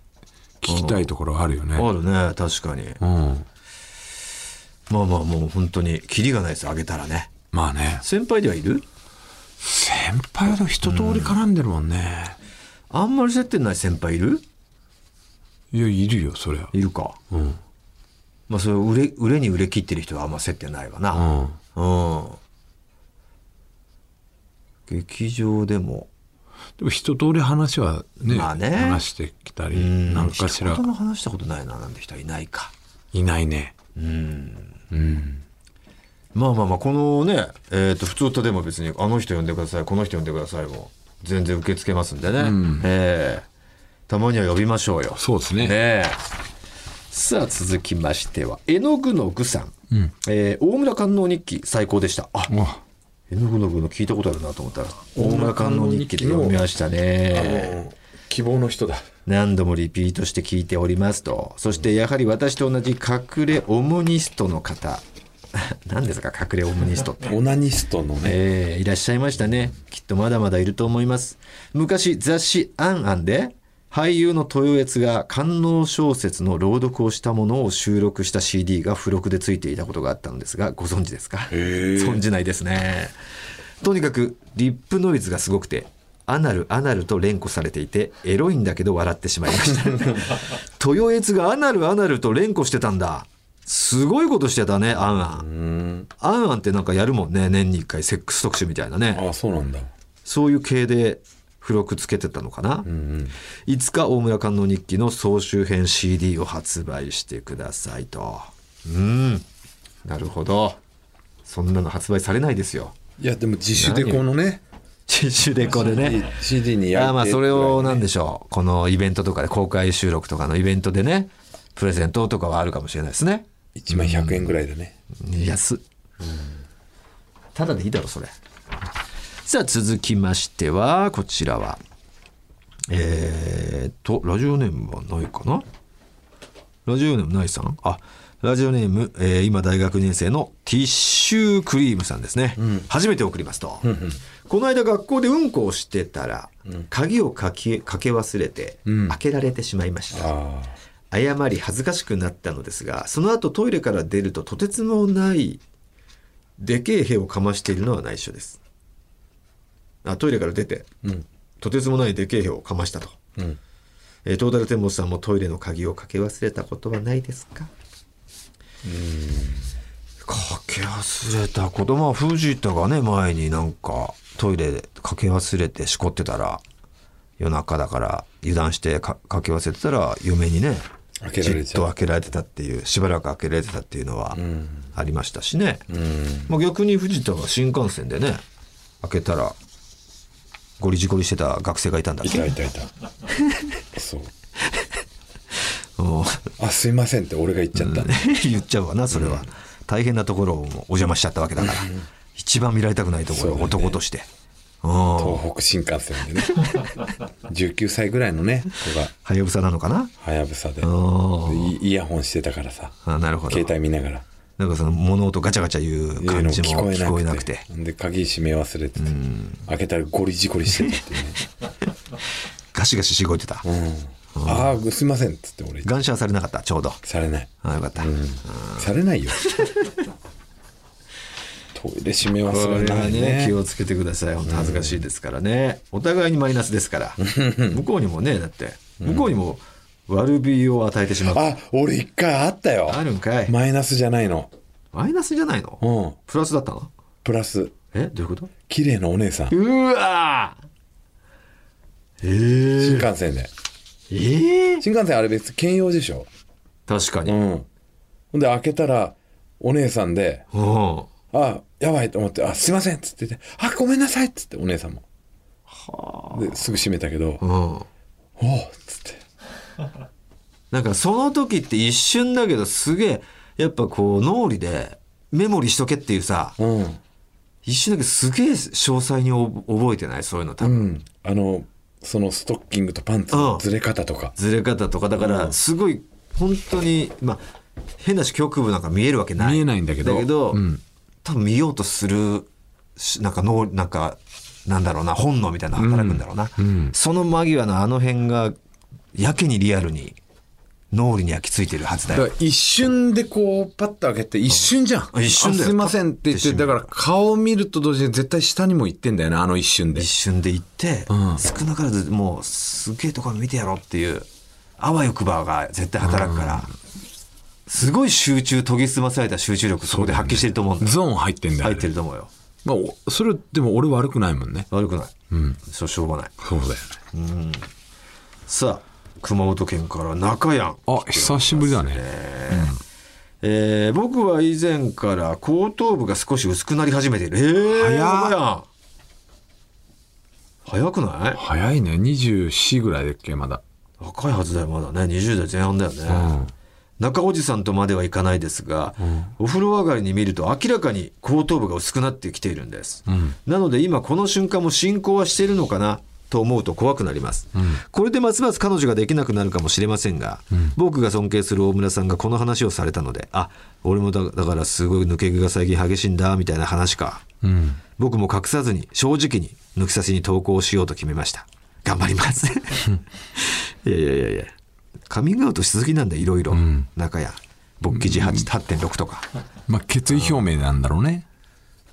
Speaker 2: 聞きたいところあるよね
Speaker 1: あるね確かに
Speaker 2: うん
Speaker 1: まあまあもう本当にキリがないですあげたらね
Speaker 2: まあね
Speaker 1: 先輩ではいる
Speaker 2: 先輩は一通り絡んでるもんね、
Speaker 1: あんまり接点ない先輩いる
Speaker 2: いやいるよそりゃ
Speaker 1: いるか
Speaker 2: うん
Speaker 1: まあそれ売れ売れに売れ切ってる人はあんま接点ないわ
Speaker 2: う
Speaker 1: なんうん、劇場でも
Speaker 2: でも一通り話はね,、
Speaker 1: まあね
Speaker 2: 話してきたり
Speaker 1: うん
Speaker 2: なんかしら
Speaker 1: 人とも話したことないななんて人はいないか
Speaker 2: いないね
Speaker 1: まあまあまあこのね、えー、と普通とでも別にあの人呼んでくださいこの人呼んでくださいも全然受け付けますんでね、えーたまには呼びましょうよ
Speaker 2: そうですね
Speaker 1: えさあ続きましては絵の具の具さん、えー大村観音日記最高でしたあ
Speaker 2: うわ
Speaker 1: 絵の具の具の聞いたことあるなと思ったら大村観音日記で読みましたね
Speaker 3: 希望の人だ
Speaker 1: 何度もリピートして聞いておりますと。そしてやはり私と同じ隠れオムニストの方。 何ですか隠れオムニストって。
Speaker 3: オナニストのね
Speaker 1: えーいらっしゃいましたね。きっとまだまだいると思います。昔雑誌アンアンで俳優の豊悦が官能小説の朗読をしたものを収録した CD が付録で付いていたことがあったのですが、ご存知ですか
Speaker 3: へー
Speaker 1: 存じないですね。とにかくリップノイズがすごくて、アナルアナルと連呼されていて、エロいんだけど笑ってしまいま した。豊悦がアナルアナルと連呼してたんだ。すごいことしてたね、アンアン。アンアンってなんかやるもんね年に1回セックス特集みたいなね
Speaker 3: あそうなんだ
Speaker 1: そういう系で付録つけてたのかな、いつか大村観音日記の総集編 CD を発売してくださいとうんなるほどそんなの発売されないですよ
Speaker 3: いやでも自主でこのね
Speaker 1: シシュレコで ね
Speaker 3: CD に焼いて
Speaker 1: あーまあそれを
Speaker 3: な
Speaker 1: なんでしょうこのイベントとかで公開収録とかのイベントでねプレゼントとかはあるかもしれないですね
Speaker 3: 1万100円ぐらいでね
Speaker 1: 安っただでいいだろそれさあ続きましてはこちらはえー、っとラジオネームはないかなラジオネームないさんあラジオネーム、えー今大学2年生のティッシュクリームさんですね、初めて送りますと、この間学校でうんこをしてたら、鍵をかけかけ忘れて、開けられてしまいました
Speaker 3: あ
Speaker 1: 謝り恥ずかしくなったのですがその後トイレから出るととてつもないでけえ兵をかましているのは内緒ですあトイレから出て、とてつもないでけえ兵をかましたと、
Speaker 3: ん
Speaker 1: えートータルテンボスさんもトイレの鍵をかけ忘れたことはないですかかけ忘れたことまあ藤田がね前になんかトイレでかけ忘れてしこってたら夜中だから油断してかかけ忘れてたら嫁にね
Speaker 3: 開けられちゃう
Speaker 1: じっと開けられてたっていうしばらく開けられてたっていうのはありましたしね、まあ、逆に藤田が新幹線でね開けたらゴリジゴリしてた学生がいたんだっ
Speaker 3: い
Speaker 1: け
Speaker 3: たいたいたそう
Speaker 1: うん
Speaker 3: あすいませんって俺が言っちゃった、
Speaker 1: 言っちゃうわなそれは、大変なところをもうお邪魔しちゃったわけだから、一番見られたくないところを男として、うん
Speaker 3: 東北新幹線でね19歳ぐらいのね子が
Speaker 1: はやぶさなのかな
Speaker 3: はやぶさで
Speaker 1: お
Speaker 3: イイヤホンしてたからさ
Speaker 1: あなるほど
Speaker 3: 携帯見ながら
Speaker 1: なんかその物音ガチャガチャ言う感じも
Speaker 3: いう
Speaker 1: 聞
Speaker 3: の
Speaker 1: こえなくて
Speaker 3: で鍵閉め忘れてて開けたらゴリジゴリしてたっていうね
Speaker 1: ガシガシしごいてた、
Speaker 3: うんああすいませんっつって俺
Speaker 1: ガンシャーされなかったちょうど
Speaker 3: されない
Speaker 1: あよかった、
Speaker 3: され ないよトイレ閉め
Speaker 1: こ
Speaker 3: 忘れ
Speaker 1: れ
Speaker 3: な
Speaker 1: はいね
Speaker 3: ね
Speaker 1: 気をつけてください本当恥ずかしいですからね、お互いにマイナスですから向こうにもねだって向こうにも悪びを与えてしまう、
Speaker 3: あ俺一回あったよ
Speaker 1: あるんかい
Speaker 3: マイナスじゃないの
Speaker 1: マイナスじゃないの、
Speaker 3: うん
Speaker 1: プラスだったの
Speaker 3: プラス
Speaker 1: えどういうこと
Speaker 3: 綺麗なお姉さん
Speaker 1: うわ
Speaker 3: 新
Speaker 1: ーえ
Speaker 3: 幹線で
Speaker 1: えええ
Speaker 3: 新幹線あれ別に兼用でしょ
Speaker 1: 確かに、
Speaker 3: う
Speaker 1: うん、
Speaker 3: んほんで開けたらお姉さんで「あやばい」と思って「あすいません」っつって言って「あごめんなさい」っつってお姉さんもですぐ閉めたけど
Speaker 1: うん、
Speaker 3: 「おお」っつって
Speaker 1: なんかその時って一瞬だけどすげえやっぱこう脳裏でメモリしとけっていうさ
Speaker 3: うん
Speaker 1: 一瞬だけすげえ詳細にお覚えてないそういうの多
Speaker 3: う
Speaker 1: 分、
Speaker 3: んあのそのストッキングとパンツのずれ方とか
Speaker 1: ずれ方とかだからすごい本当にまあ変なし局部なんか見えるわけない
Speaker 2: 見えないんだけど
Speaker 1: だけど、
Speaker 2: うん
Speaker 1: 多分見ようとするしなんか脳なんかなんだろうな本能みたいなの働くんだろうな、その間際のあの辺がやけにリアルに脳裏に焼き付いてるはずだ
Speaker 2: だ
Speaker 1: よ
Speaker 2: から一瞬でこうパッと開けて一瞬じゃん、
Speaker 1: あ一瞬だよ
Speaker 2: あすいませんって言っ
Speaker 1: パ
Speaker 2: て
Speaker 1: ッて閉
Speaker 2: だ
Speaker 1: める
Speaker 2: から顔を見ると同時に絶対下にも行ってんだよねあの一瞬で
Speaker 1: 一瞬で行って、
Speaker 2: ん
Speaker 1: 少なからずもうすげえとこ見てやろうっていうあわよくばが絶対働くから、すごい集中研ぎ澄まされた集中力そこで発揮してると思うんだ
Speaker 2: ゾーン入ってんだよ、
Speaker 1: 入
Speaker 2: ね、
Speaker 1: ってると思うよ
Speaker 2: まあおそれでも俺悪くないもんね
Speaker 1: 悪くない、うん、そうしょうがない
Speaker 2: そうだよね
Speaker 1: さあ熊本県から中やん
Speaker 2: あ久しぶりだね
Speaker 1: えー僕は以前から後頭部が少し薄くなり始めているえー、
Speaker 2: 早っ
Speaker 1: 中やん早くない
Speaker 2: 早いね24ぐらいだっけまだ
Speaker 1: 若いはずだよまだね20代前半だよね、
Speaker 2: ん
Speaker 1: 中おじさんとまではいかないですが、お風呂上がりに見ると明らかに後頭部が薄くなってきているんです、なので今この瞬間も進行はしているのかなと思うと怖くなります、これでますます彼女ができなくなるかもしれませんが、僕が尊敬する大村さんがこの話をされたのであ俺もだだからすごい抜け毛が最近激しいんだみたいな話か、僕も隠さずに正直に抜き差しに投稿しようと決めました頑張り ますいやいやいやいやカミングアウトしすぎなんだいろいろ、中や勃起時8 8.6とか
Speaker 2: まあ決意表明なんだろうね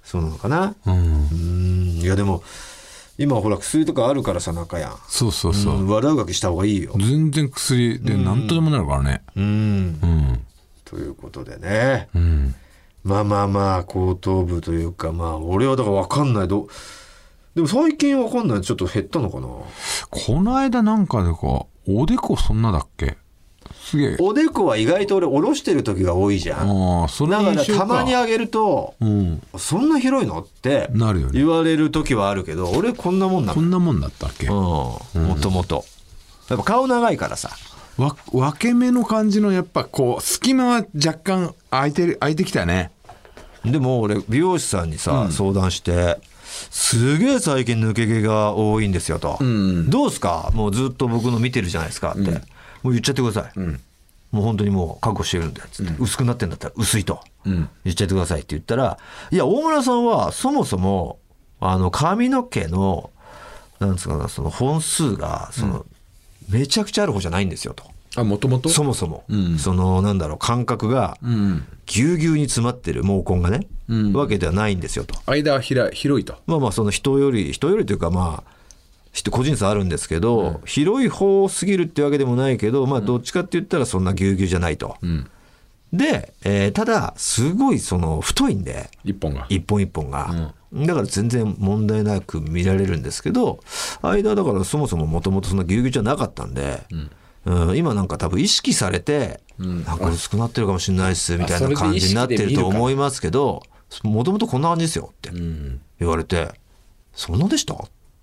Speaker 1: そうなのかな
Speaker 2: うん、
Speaker 1: うんいやでも今ほら薬とかあるからさ中や
Speaker 2: そうそう
Speaker 1: う
Speaker 2: そう、
Speaker 1: ん悪あがきした方がいいよ
Speaker 2: 全然薬で何とでもなるからね
Speaker 1: うん
Speaker 2: うん
Speaker 1: ということでね
Speaker 2: うん
Speaker 1: まあまあまあ後頭部というかまあ俺はだから分かんないどでも最近分かんないちょっと減ったのかな
Speaker 2: この間なんかでかおでこそんなだっけすげえ。
Speaker 1: おでこは意外と俺下ろしてる時が多いじゃん
Speaker 2: ああ、それ
Speaker 1: だから
Speaker 2: 一緒
Speaker 1: たまにあげると、
Speaker 2: うん。
Speaker 1: そんな広いのって
Speaker 2: なるよね
Speaker 1: 言われる時はあるけど俺こんなもんな
Speaker 2: こ
Speaker 1: の
Speaker 2: んなもんだったっけ
Speaker 1: うんもともとやっぱ顔長いからさ
Speaker 2: わ分け目の感じのやっぱこう隙間は若干空いてる空いてきたね
Speaker 1: でも俺美容師さんにさ、相談してすげえ最近抜け毛が多いんですよと、どうすかもうずっと僕の見てるじゃないですかって、もう言っちゃってください、もう本当にもう覚悟してるんでつって、薄くなってんだったら薄いと、言っちゃってくださいって言ったらいや大村さんはそもそもあの髪の毛のなんですかなその本数がその、めちゃくちゃある方じゃないんですよと。
Speaker 2: あもともと
Speaker 1: そもそも、そのなんだろう感覚がぎゅうぎゅうに詰まってる毛根がね、わけではないんですよと
Speaker 2: 間はひら広いと
Speaker 1: まあまあその人より人よりというかまあ人個人差あるんですけど、広い方すぎるってわけでもないけどまあどっちかって言ったらそんなぎゅうぎゅうじゃないと、で、えーただすごいその太いんで
Speaker 2: 一本が
Speaker 1: 一本一本が、だから全然問題なく見られるんですけど間はだからそもそももともとそんなぎゅうぎゅうじゃなかったんで、うん今なんか多分意識されて、なんか薄くなってるかもしれないですみたいな感じになってると思いますけどもともとこんな感じですよって言われて、そんなでしたっ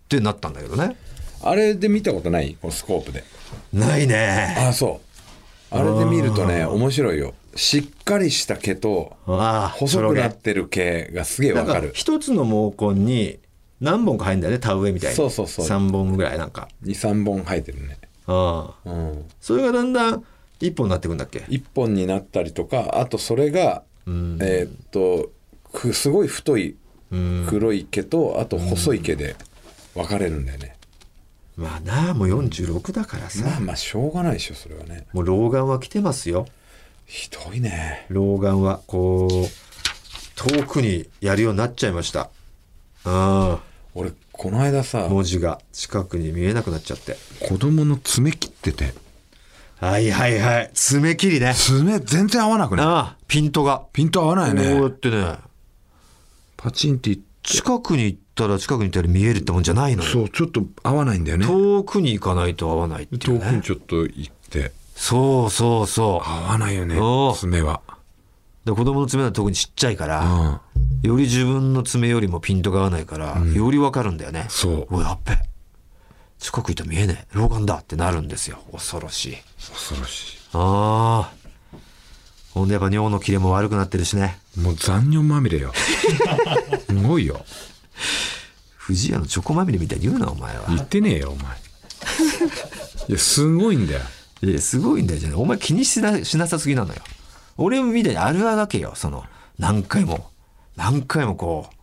Speaker 1: てなったんだけどね。
Speaker 3: あれで見たことないこのスコープで
Speaker 1: ないね。
Speaker 3: ああそうあれで見るとね面白いよしっかりした毛と
Speaker 1: ああ
Speaker 3: 細くなってる毛がすげえ
Speaker 1: な
Speaker 3: わ
Speaker 1: ん
Speaker 3: か
Speaker 1: か
Speaker 3: る
Speaker 1: 一つの毛根に何本か入るんだよね田植えみたいに
Speaker 3: そうそうそう
Speaker 1: 3本ぐらいなんか。
Speaker 3: 23本生えてるね
Speaker 1: ああ
Speaker 3: うん
Speaker 1: それがだんだん一本になってくんだっけ
Speaker 3: 1本になったりとかあとそれが、えーっとくすごい太い黒い毛とあと細い毛で分かれるんだよね、
Speaker 1: まあなあもう46だからさ、
Speaker 3: まあまあしょうがないでしょそれはね
Speaker 1: もう老眼は来てますよ
Speaker 3: ひどいね
Speaker 1: 老眼はこう遠くにやるようになっちゃいましたあ
Speaker 3: 俺この間さ
Speaker 1: あ文字が近くに見えなくなっちゃって
Speaker 2: 子供の爪切ってて
Speaker 1: はいはいはい爪切りね
Speaker 2: 爪全然合わなくない
Speaker 1: ああピントが
Speaker 2: ピント合わない
Speaker 1: こうやっ
Speaker 2: ね
Speaker 1: てね
Speaker 2: パチンってい
Speaker 1: 近くに行ったら近くに行ったより見えるってもんじゃないのよ
Speaker 2: そうちょっと合わないんだよね
Speaker 1: 遠くに行かないと合わないってい
Speaker 2: 遠
Speaker 1: う
Speaker 2: く
Speaker 1: ね
Speaker 2: にちょっと行って
Speaker 1: そうそうそ
Speaker 2: 合わないよね
Speaker 1: おー
Speaker 2: 爪は
Speaker 1: うで子供の爪は特にちっちゃいから、
Speaker 2: うん
Speaker 1: より自分の爪よりもピントが合わないから、よりわかるんだよね。
Speaker 2: そう
Speaker 1: おい、やっべ。近くいたら見えねえ。老眼だってなるんですよ。恐ろしい。
Speaker 2: 恐ろし
Speaker 1: ああ。ほんでやっぱ尿の切れも悪くなってるしね。
Speaker 2: いもう残尿まみ れよすごいよ
Speaker 1: 藤屋のチョコまみれみたいに言うな、お前は。
Speaker 2: 言ってねえよお 前いやすごいんだよ
Speaker 1: いやすごいんだよじゃない。お前気にしなしなさすぎなのよ。俺みたいにあるあがけよ。その、何回も、何回もこう、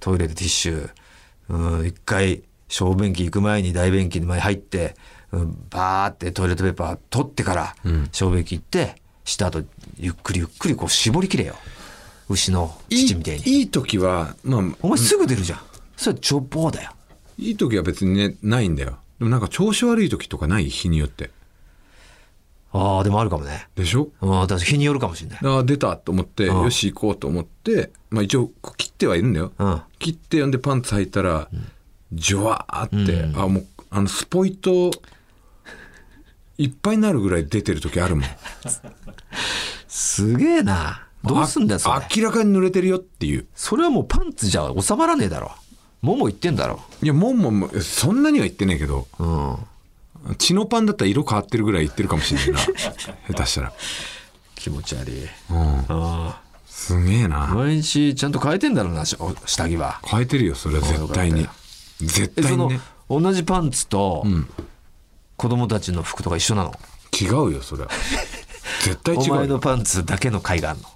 Speaker 1: トイレでティッシュ、うん、一回、小便器行く前に大便器の前に入って、うん、バーってトイレットペーパー取ってから、小便器行って、した後、ゆっくりゆっくりこう絞りきれよ。牛の
Speaker 2: いい
Speaker 1: 乳みたいに。
Speaker 2: いい時はまあ
Speaker 1: お前すぐ出るじゃん。それチョッポーだよ。
Speaker 2: いい時は別にねないんだよでもなんか調子悪い時とかない日によって
Speaker 1: ああ、でもあるかもね。
Speaker 2: でしょ
Speaker 1: うん、だから日によるかもしれない。
Speaker 2: あー出たと思って
Speaker 1: うん
Speaker 2: よし行こうと思ってまあ一応こう切ってはいるんだよ、
Speaker 1: うん
Speaker 2: 切ってほんでパンツ履いたらジュワーって、あもうあのスポイトいっぱいになるぐらい出てる時あるもん
Speaker 1: すげえな。どうすんだよ、それ
Speaker 2: あ。明らかに濡れてるよっていう
Speaker 1: それはもうパンツじゃ収まらねえだろ。もも言ってんだろ。
Speaker 2: いやもんもんもそんなには言ってねえけど
Speaker 1: うん。
Speaker 2: 血のパンだったら色変わってるぐらい言ってるかもしれないな 下手したら
Speaker 1: 気持ち悪い。
Speaker 2: うん
Speaker 1: あ
Speaker 2: すげえ
Speaker 1: あ。
Speaker 2: な
Speaker 1: 毎日ちゃんと変えてんだろうな、しお下着は。
Speaker 2: 変えてるよそれは絶対に
Speaker 1: あよか
Speaker 2: 絶
Speaker 1: え、そ
Speaker 2: 対に
Speaker 1: の
Speaker 2: ね、
Speaker 1: 同じパンツと、子供たちの服とか一緒なの
Speaker 2: 違うよそれは絶対
Speaker 1: お
Speaker 2: 違
Speaker 1: 前
Speaker 2: う
Speaker 1: の
Speaker 2: よ
Speaker 1: パンツだけの回があるの。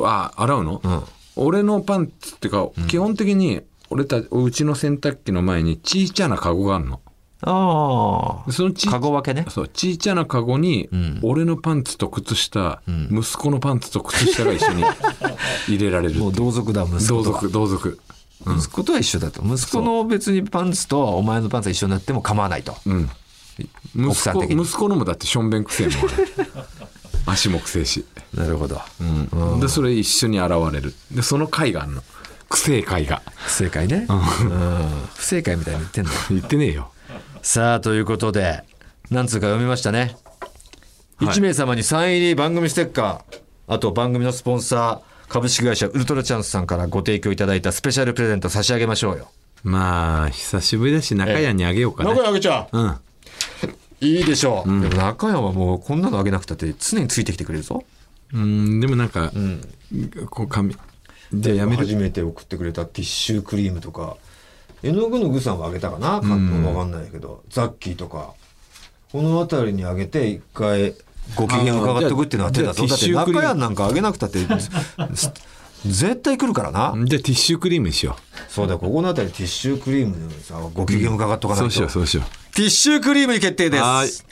Speaker 2: おあ洗うの、
Speaker 1: ん
Speaker 2: 俺のパンツってか基本的に俺たうちの洗濯機の前にちいちゃなカゴがあるの
Speaker 1: あ
Speaker 2: でそのち
Speaker 1: あ。カゴ分けね。
Speaker 2: そうちいちゃなカゴに俺のパンツと靴下、息子のパンツと靴下が一緒に入れられる
Speaker 1: もう同族だ、息
Speaker 2: 同
Speaker 1: 子とは。
Speaker 2: 族同族
Speaker 1: 息子とは一緒だと。息子の別にパンツとお前のパンツが一緒になっても構わないと。
Speaker 2: うん息
Speaker 1: 奥さん
Speaker 2: 子
Speaker 1: 的に
Speaker 2: 息子のもだってしょんべんくせ えもんあれ足もくせえし
Speaker 1: なるほど。
Speaker 2: うん、でそれ一緒に現れるでその会があんのくせえ会が
Speaker 1: 不正解ね。うん不正解みたいに言ってんだ。
Speaker 2: 言ってねえよ
Speaker 1: さあということで何通か読みましたね1名様にサイン入り番組ステッカー、あと番組のスポンサー、株式会社ウルトラチャンスさんからご提供いただいたスペシャルプレゼント差し上げましょうよ。
Speaker 2: まあ、久しぶりだし、中屋にあげようか
Speaker 1: 中
Speaker 2: ね。
Speaker 1: 屋あげちゃう。
Speaker 2: うん。
Speaker 1: いいでしょう。でも中屋はもうこんなのあげなくたって常についてきてくれるぞ。
Speaker 2: うん、でもなんか、こう、紙。じゃあやめる。
Speaker 1: 初めて送ってくれたティッシュクリームとか、絵の具の具さんはあげたかな関東がわかんないけど、ザッキーとか、この辺りにあげて一回ご機嫌を伺っておくっていうのは手だぞ。だって
Speaker 2: あーじゃあじゃあティッシュクリーム
Speaker 1: 中屋なんかあげなくたって、 す絶対来るからな。
Speaker 2: じゃあティッシュクリームにしよ
Speaker 1: そうだよ、ここの辺りティッシュクリームのさ、ご機嫌伺っと
Speaker 2: う。
Speaker 1: かな
Speaker 2: そ
Speaker 1: いう
Speaker 2: し
Speaker 1: と。
Speaker 2: よう、そうしよう。
Speaker 1: ティッシュクリームに決定です。
Speaker 2: はー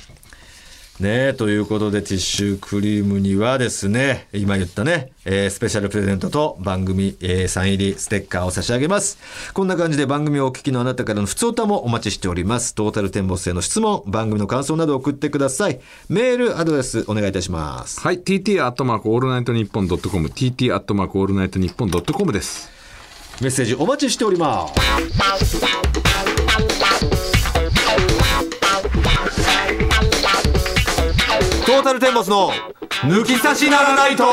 Speaker 1: ねえ、ということで、ティッシュクリームにはですね、今言ったね、えースペシャルプレゼントと番組、えーサイン入りステッカーを差し上げます。こんな感じで番組をお聞きのあなたからの普通歌もお待ちしております。トータル展望性の質問、番組の感想などを送ってください。メールアドレスお願いいたします。
Speaker 2: はい、tt アットマークオールナイトニッポンドットコム、tt アットマークオールナイトニッポンドットコムです。
Speaker 1: メッセージお待ちしております。トータルテンボスの抜き差しならないと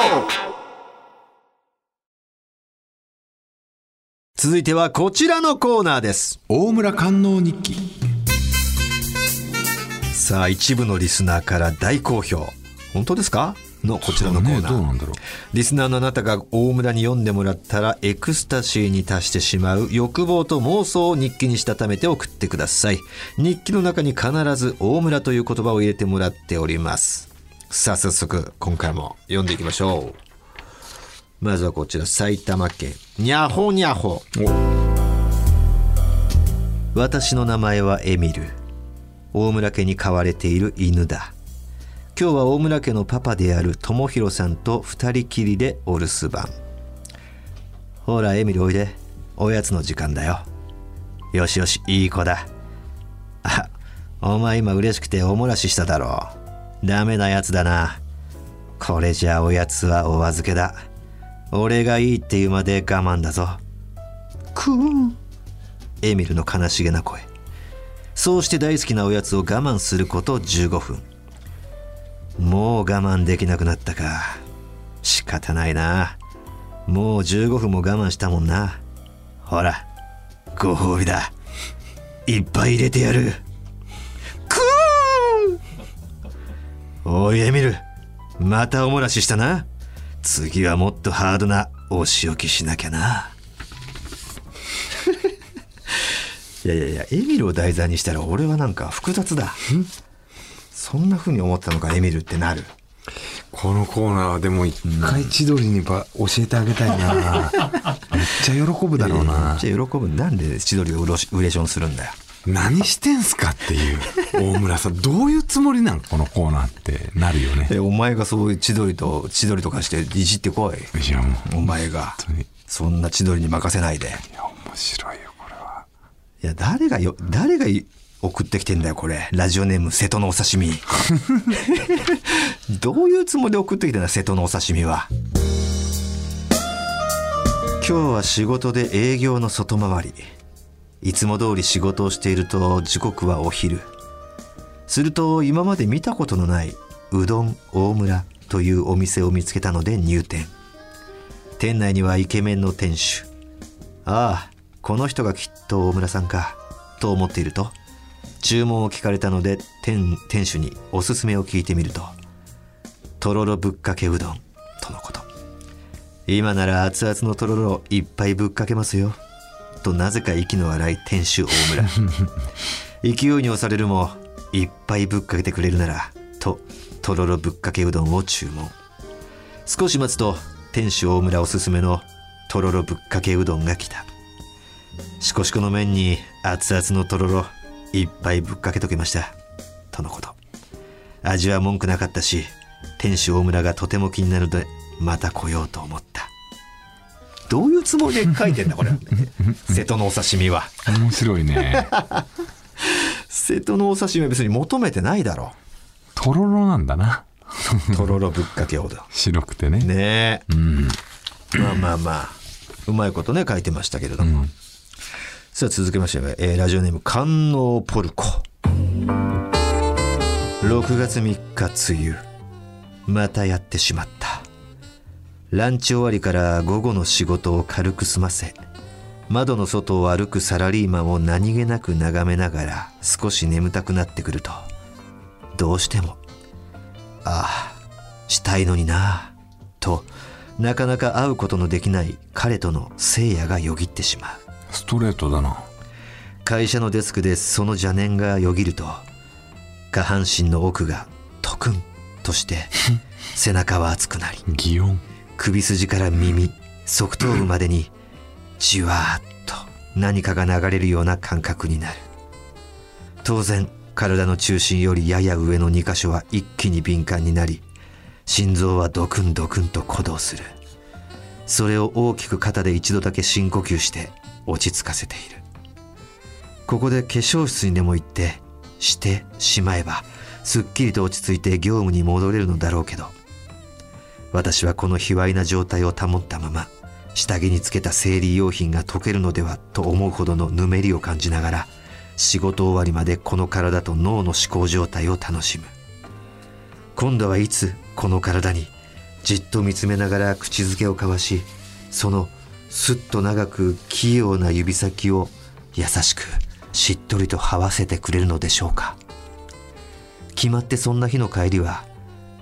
Speaker 1: 続いてはこちらのコーナーです
Speaker 2: 大村官能日記。
Speaker 1: さあ一部のリスナーから大好評本当ですかのこちらのコー
Speaker 2: ね、
Speaker 1: ナ
Speaker 2: どう
Speaker 1: ー、
Speaker 2: なんだろう。
Speaker 1: リスナーのあなたが大村に読んでもらったらエクスタシーに達してしまう欲望と妄想を日記にしたためて送ってください日記の中に必ず大村という言葉を入れてもらっておりますさあ早速今回も読んでいきましょうまずはこちら埼玉県にゃほにゃほ私の名前はエミル大村家に飼われている犬だ今日は大村家のパパである友博さんと二人きりでお留守番ほらエミルおいでおやつの時間だよよしよしいい子だあお前今嬉しくておもらししただろうダメなやつだなこれじゃおやつはお預けだ俺がいいって言うまで我慢だぞクーンエミルの悲しげな声そうして大好きなおやつを我慢すること15分もう我慢できなくなったか仕方ないなもう15分も我慢したもんなほらご褒美だいっぱい入れてやるクーンおいエミルまたおもらししたな次はもっとハードなお仕置きしなきゃないやいやいやエミルを題材にしたら俺はなんか複雑だそんな風に思ったのかエミルってなる
Speaker 2: このコーナーはでも一回千鳥にば教えてあげた いなめっちゃ喜ぶだろうな
Speaker 1: じゃあ喜ぶなんで千鳥がうろしウレションするんだよ
Speaker 2: 何してんすかっていう大村さんどういうつもりなんこのコーナーってなるよね
Speaker 1: えお前がそういう千鳥と千鳥とかしていじってこい
Speaker 2: いやもう
Speaker 1: お前が
Speaker 2: 当に
Speaker 1: そんな千鳥に任せないで
Speaker 2: いや面白いよこれはい
Speaker 1: や誰がよ誰がい送ってきてんだよこれラジオネーム瀬戸のお刺身どういうつもりで送ってきてんだ瀬戸のお刺身は今日は仕事で営業の外回りいつも通り仕事をしていると時刻はお昼すると今まで見たことのないうどん大村というお店を見つけたので入店店内にはイケメンの店主ああこの人がきっと大村さんかと思っていると注文を聞かれたので店店主におすすめを聞いてみるととろろぶっかけうどんとのこと今なら熱々のとろろいっぱいぶっかけますよとなぜか息の荒い店主大村勢いに押されるもいっぱいぶっかけてくれるならととろろぶっかけうどんを注文少し待つと店主大村おすすめのとろろぶっかけうどんが来たしこしこの麺に熱々のとろろいっぱいぶっかけとけましたとのこと味は文句なかったし店主大村がとても気になるのでまた来ようと思ったどういうつもりで書いてんだこれ瀬戸のお刺身は
Speaker 2: 面白いね
Speaker 1: 瀬戸のお刺身は別に求めてないだろ
Speaker 2: とろろなんだな
Speaker 1: うとろろぶっかけうどん
Speaker 2: 白くてね
Speaker 1: ねえ、まあまあまあうまいことね書いてましたけれども、さあ続けまして、えーラジオネーム観音ポルコ6月3日梅雨またやってしまったランチ終わりから午後の仕事を軽く済ませ窓の外を歩くサラリーマンを何気なく眺めながら少し眠たくなってくるとどうしてもああしたいのになとなかなか会うことのできない彼との聖夜がよぎってしまう
Speaker 2: ストレートだな
Speaker 1: 会社のデスクでその邪念がよぎると下半身の奥がトクンとして背中は熱くなり
Speaker 2: 擬音
Speaker 1: 首筋から耳側頭部までにじわーっと何かが流れるような感覚になる当然体の中心よりやや上の2箇所は一気に敏感になり心臓はドクンドクンと鼓動するそれを大きく肩で一度だけ深呼吸して落ち着かせているここで化粧室にでも行ってしてしまえばすっきりと落ち着いて業務に戻れるのだろうけど私はこの卑猥な状態を保ったまま下着につけた生理用品が溶けるのではと思うほどのぬめりを感じながら仕事終わりまでこの体と脳の思考状態を楽しむ今度はいつこの体にじっと見つめながら口づけを交わしそのすっと長く器用な指先を優しくしっとりと這わせてくれるのでしょうか決まってそんな日の帰りは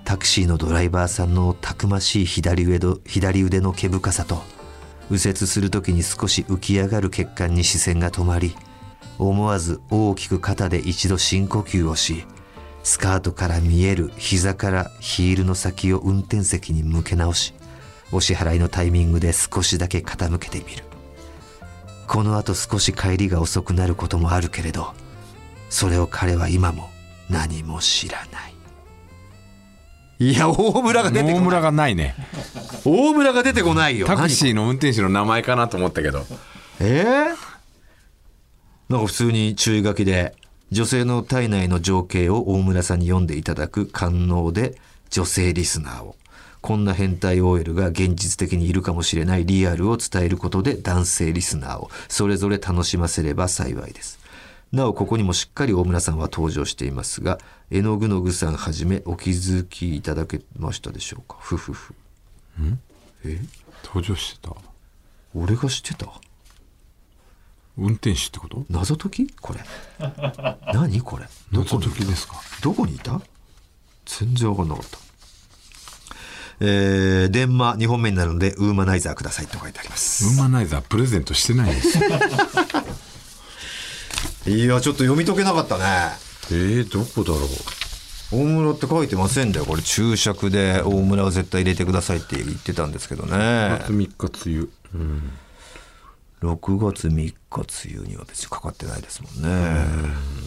Speaker 1: タクシーのドライバーさんのたくましい左腕の左腕の毛深さと右折する時に少し浮き上がる血管に視線が止まり思わず大きく肩で一度深呼吸をしスカートから見える膝からヒールの先を運転席に向け直しお支払いのタイミングで少しだけ傾けてみるこのあと少し帰りが遅くなることもあるけれどそれを彼は今も何も知らないいや大村が出て
Speaker 2: 大
Speaker 1: こない
Speaker 2: 村がないね
Speaker 1: 大村が出てこないよ
Speaker 2: タクシーの運転手の名前かなと思ったけど
Speaker 1: えーなんか普通に注意書きで、女性の体内の情景を大村さんに読んでいただく官能で女性リスナーを。こんな変態 OL が現実的にいるかもしれないリアルを伝えることで男性リスナーをそれぞれ楽しませれば幸いです。なお、ここにもしっかり大村さんは登場していますが、絵の具の具さんはじめお気づきいただけましたでしょうかふふふ。え
Speaker 2: 登場してた
Speaker 1: 俺が知ってた
Speaker 2: 運転手ってこと
Speaker 1: 謎解きこ れ何これどこ
Speaker 2: 謎
Speaker 1: に
Speaker 2: 解きですか
Speaker 1: どこにいた全然わかんなかったえー、電話2本目になるのでウーマナイザーくださいと書いてあります
Speaker 2: ウーマナイザープレゼントしてないですよ
Speaker 1: いやちょっと読み解けなかったね
Speaker 2: えー、どこだろう
Speaker 1: 大村って書いてませんだよこれ注釈で大村は絶対入れてくださいって言ってたんですけどね
Speaker 2: 3日梅雨うん
Speaker 1: 6月3日梅雨には別にかかってないですもんね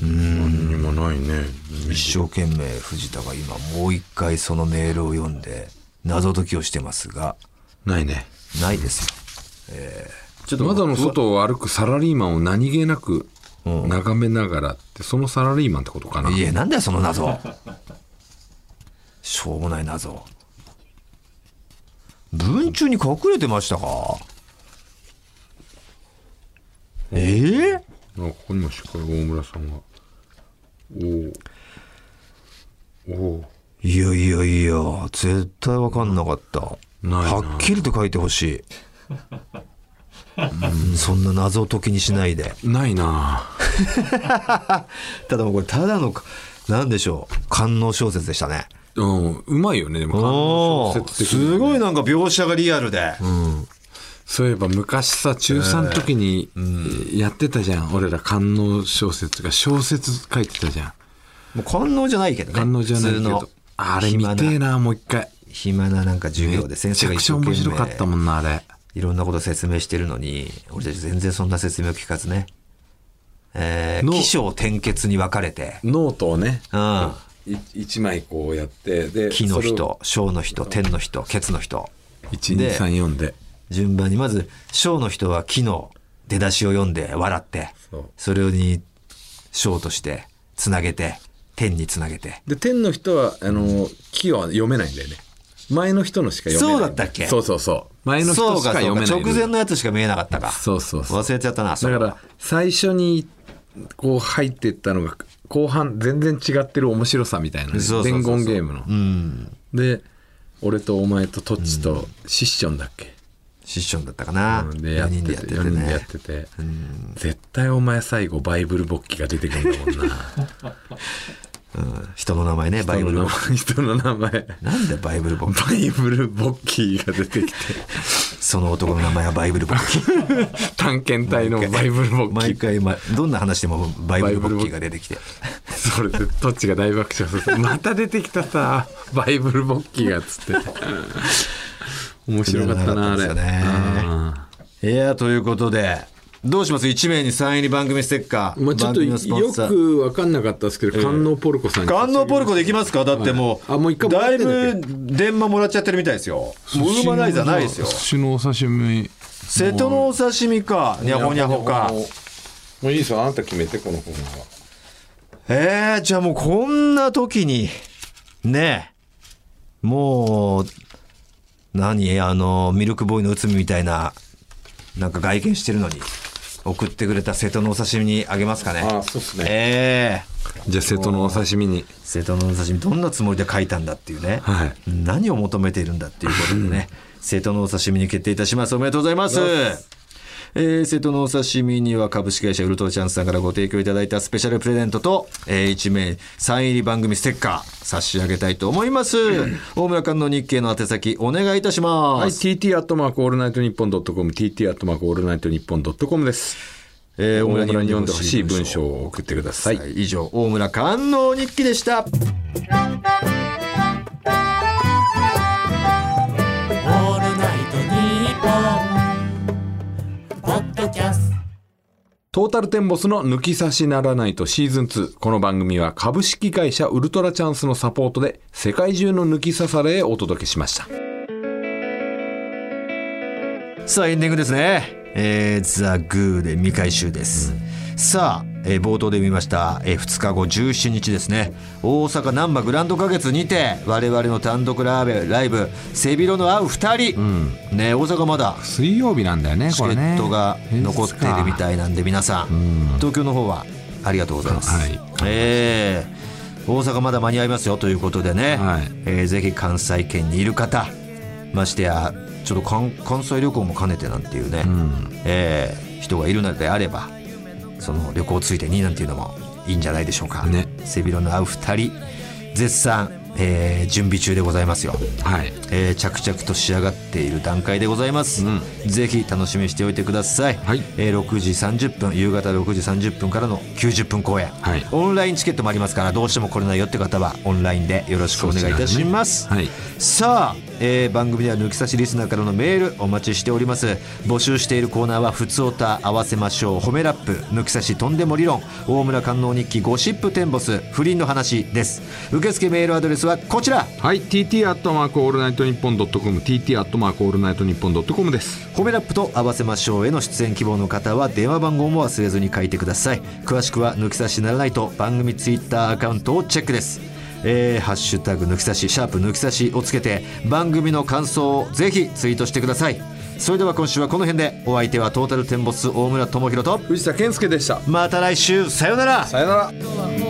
Speaker 2: 何にもないね
Speaker 1: 一生懸命藤田が今もう一回そのメールを読んで謎解きをしてますが
Speaker 2: ないね
Speaker 1: ないですよ。
Speaker 2: ちょっと窓の外を歩くサラリーマンを何気なく眺めながらってそのサラリーマンってことかない
Speaker 1: や、なんだよ、その謎。 しょうもない謎。文中に隠れてましたかええ
Speaker 2: あここにもしっかり大村さんがおおお
Speaker 1: いやいやいや、絶対わかんなかった。
Speaker 2: ないな
Speaker 1: はっきりと書いてほ しい。うんそんな謎解きにしないで。
Speaker 2: おないなあ
Speaker 1: ただもうこれ、ただのか、なんでしょう。官能小説でしたね。
Speaker 2: うんうまいよねでも
Speaker 1: お
Speaker 2: 小説的に
Speaker 1: すごいなんか描写がリアルで。
Speaker 2: そういえば昔さ中3の時にやってたじゃん、俺ら官能小説が小説書いてたじゃん
Speaker 1: もう官能じゃないけどね。
Speaker 2: 官能じゃない
Speaker 1: 普
Speaker 2: け
Speaker 1: 通
Speaker 2: ど
Speaker 1: の
Speaker 2: あれ見てえなもう一回
Speaker 1: 暇ななんか授業
Speaker 2: め
Speaker 1: で
Speaker 2: っち
Speaker 1: 先
Speaker 2: ゃ
Speaker 1: 生が
Speaker 2: く
Speaker 1: 一
Speaker 2: ちゃ
Speaker 1: 生
Speaker 2: 面
Speaker 1: 懸
Speaker 2: 白
Speaker 1: 命
Speaker 2: かったもんなあれ
Speaker 1: いろんなこと説明してるのに俺たち全然そんな説明を聞かずねえー、
Speaker 2: の
Speaker 1: 起承転結に分かれて、
Speaker 3: ノートをね
Speaker 1: うん、
Speaker 3: い一枚こうやってで
Speaker 1: 木の
Speaker 3: それを
Speaker 1: 人小の人天の人ケツの人で
Speaker 2: 1234で
Speaker 1: 順番にまず小の人は木の出だしを読んで笑って
Speaker 3: そう
Speaker 1: それに小としてつなげて天につなげて
Speaker 3: で天の人はあの木は読めないんだよね前の人のしか読めない
Speaker 1: そうだったっけ
Speaker 3: そうそうそう前の
Speaker 1: そ
Speaker 2: 人
Speaker 1: う
Speaker 2: しか
Speaker 1: かそ
Speaker 2: 読
Speaker 1: うか
Speaker 2: めな
Speaker 1: 直
Speaker 2: い
Speaker 1: 前のやつしか見えなかったか
Speaker 2: そうそうそう
Speaker 1: 忘れちゃったなそれ
Speaker 2: だから最初にこう入ってったのが後半全然違ってる面白さみたいなね、
Speaker 1: そうそうそうそう
Speaker 2: 伝言ゲームの
Speaker 1: うん
Speaker 2: で俺とお前とトッチとシッションだっけ、
Speaker 1: シッションだったかな。
Speaker 2: うんでや
Speaker 1: 4
Speaker 2: って
Speaker 1: 人でやっててて
Speaker 2: 4人でや
Speaker 1: ね
Speaker 2: っ。てて絶対お前最後バイブル勃起が出てくるんだもんな
Speaker 1: うん人の名前 ね、バイブル。
Speaker 2: 人の名前人の名前
Speaker 1: なんでバイブルボッキー
Speaker 2: バイブル勃起が出てきて
Speaker 1: その男の名前はバイブルボッキー。
Speaker 2: 探検隊のバイブル勃
Speaker 1: 毎
Speaker 2: 起
Speaker 1: 回、まどんな話でもバイブルボッキーが出てきて。
Speaker 2: それでトッチが大爆笑するまた出てきたさバイブル勃起がっつって面白かったなあれ
Speaker 1: 面白かったですよね
Speaker 2: うん
Speaker 1: いや、ということで、どうします ?1 名にサイン入り番組ステッカー。
Speaker 2: まあ、ちょ
Speaker 1: 番
Speaker 2: っと
Speaker 1: 組のスポン
Speaker 2: よ
Speaker 1: サー
Speaker 2: く分かんなかったですけど、観音ポルコさんに
Speaker 1: 観音ポルコできますかだってもう、
Speaker 2: はいあもう一回もらっ
Speaker 1: だ
Speaker 2: て
Speaker 1: い
Speaker 2: んだっけ
Speaker 1: ぶ電話もらっちゃってるみたいですよ。もうウーマナイザーないですよ
Speaker 4: 寿。司のお刺身
Speaker 1: 瀬戸のお刺身か、にゃほにゃほか。
Speaker 3: もういいですよあなた決めてこのコーナーは
Speaker 1: えー、じゃあもうこんな時に、ねえ、もう、何あの、ミルクボーイの内海みたいな、なんか外見してるのに、送ってくれた瀬戸のお刺身にあげますかね。
Speaker 3: ああそうっすね
Speaker 1: ええ
Speaker 2: じゃあ瀬戸のお刺身に
Speaker 1: 瀬戸のお刺身どんなつもりで書いたんだっていうね、
Speaker 2: はい
Speaker 1: 何を求めているんだっていうことでね瀬戸のお刺身に決定いたしますおめでとうございますえー瀬戸のお刺身には株式会社ウルトラチャンスさんからご提供いただいたスペシャルプレゼントと、えー1名サイン入り番組ステッカー差し上げたいと思います大村館の日経の宛先お願いいたします、
Speaker 2: はい、TT アットマークオールナイトニッポンドットコム、TT アットマークオールナイトニッポンドットコムです。
Speaker 1: えー
Speaker 2: 大村に読んでほしい文章を送ってください。
Speaker 1: はい以上大村官能日記でした
Speaker 5: 「オールナイトニッポン」「ポッドキャスト」
Speaker 2: トータルテンボスの抜き差しならないとシーズン2。この番組は株式会社ウルトラチャンスのサポートで世界中の抜き差されへお届けしました。
Speaker 1: さあエンディングですね。えー、ザ・グーで未回収です。さあ、えー冒頭で見ました、え2日後17日ですね大阪難波グランド花月にて我々の単独ラーライブ背広の合う2人、ね大阪まだ
Speaker 2: 水曜日なんだよね、
Speaker 1: チケ
Speaker 2: これね。
Speaker 1: ットが残っているみたいなんで皆さん東京の方はありがとうございます、
Speaker 2: はい
Speaker 1: えー大阪まだ間に合いますよということでね、
Speaker 2: はい
Speaker 1: えーぜひ関西圏にいる方ましてやちょっと関関西旅行も兼ねてなんていうね、えー人がいるのであればその旅行ついてになんていうのもいいんじゃないでしょうか、
Speaker 2: ね
Speaker 1: 背広の合う2人絶賛、えー準備中でございますよ
Speaker 2: はい。
Speaker 1: えー着々と仕上がっている段階でございます、ぜひ楽しみにしておいてください、
Speaker 2: はい
Speaker 1: えー6時30分夕方6時30分からの90分公演、
Speaker 2: はい
Speaker 1: オンラインチケットもありますからどうしても来れないよって方はオンラインでよろしくお願いいたします
Speaker 2: そうですね
Speaker 1: さあ、えー番組では抜き差しリスナーからのメールお待ちしております募集しているコーナーは「ふつおた合わせましょう」「褒めラップ」「抜き差しとんでも理論」「大村官能日記ゴシップテンボス」「不倫の話」です受付メールアドレスはこちら
Speaker 2: はい、TT アットマークオールナイトニッポンドットコム、TT アットマークオールナイトニッポンドットコムです。
Speaker 1: 褒めラップと合わせましょうへの出演希望の方は電話番号も忘れずに書いてください詳しくは抜き差しならないと番組ツイッターアカウントをチェックですえーハッシュタグ抜き差しシャープ抜き差しをつけて番組の感想をぜひツイートしてくださいそれでは今週はこの辺でお相手はトータルテンボス大村智広と
Speaker 2: 藤田健介でした。
Speaker 1: また来週さようなら
Speaker 2: さよなら。
Speaker 5: 「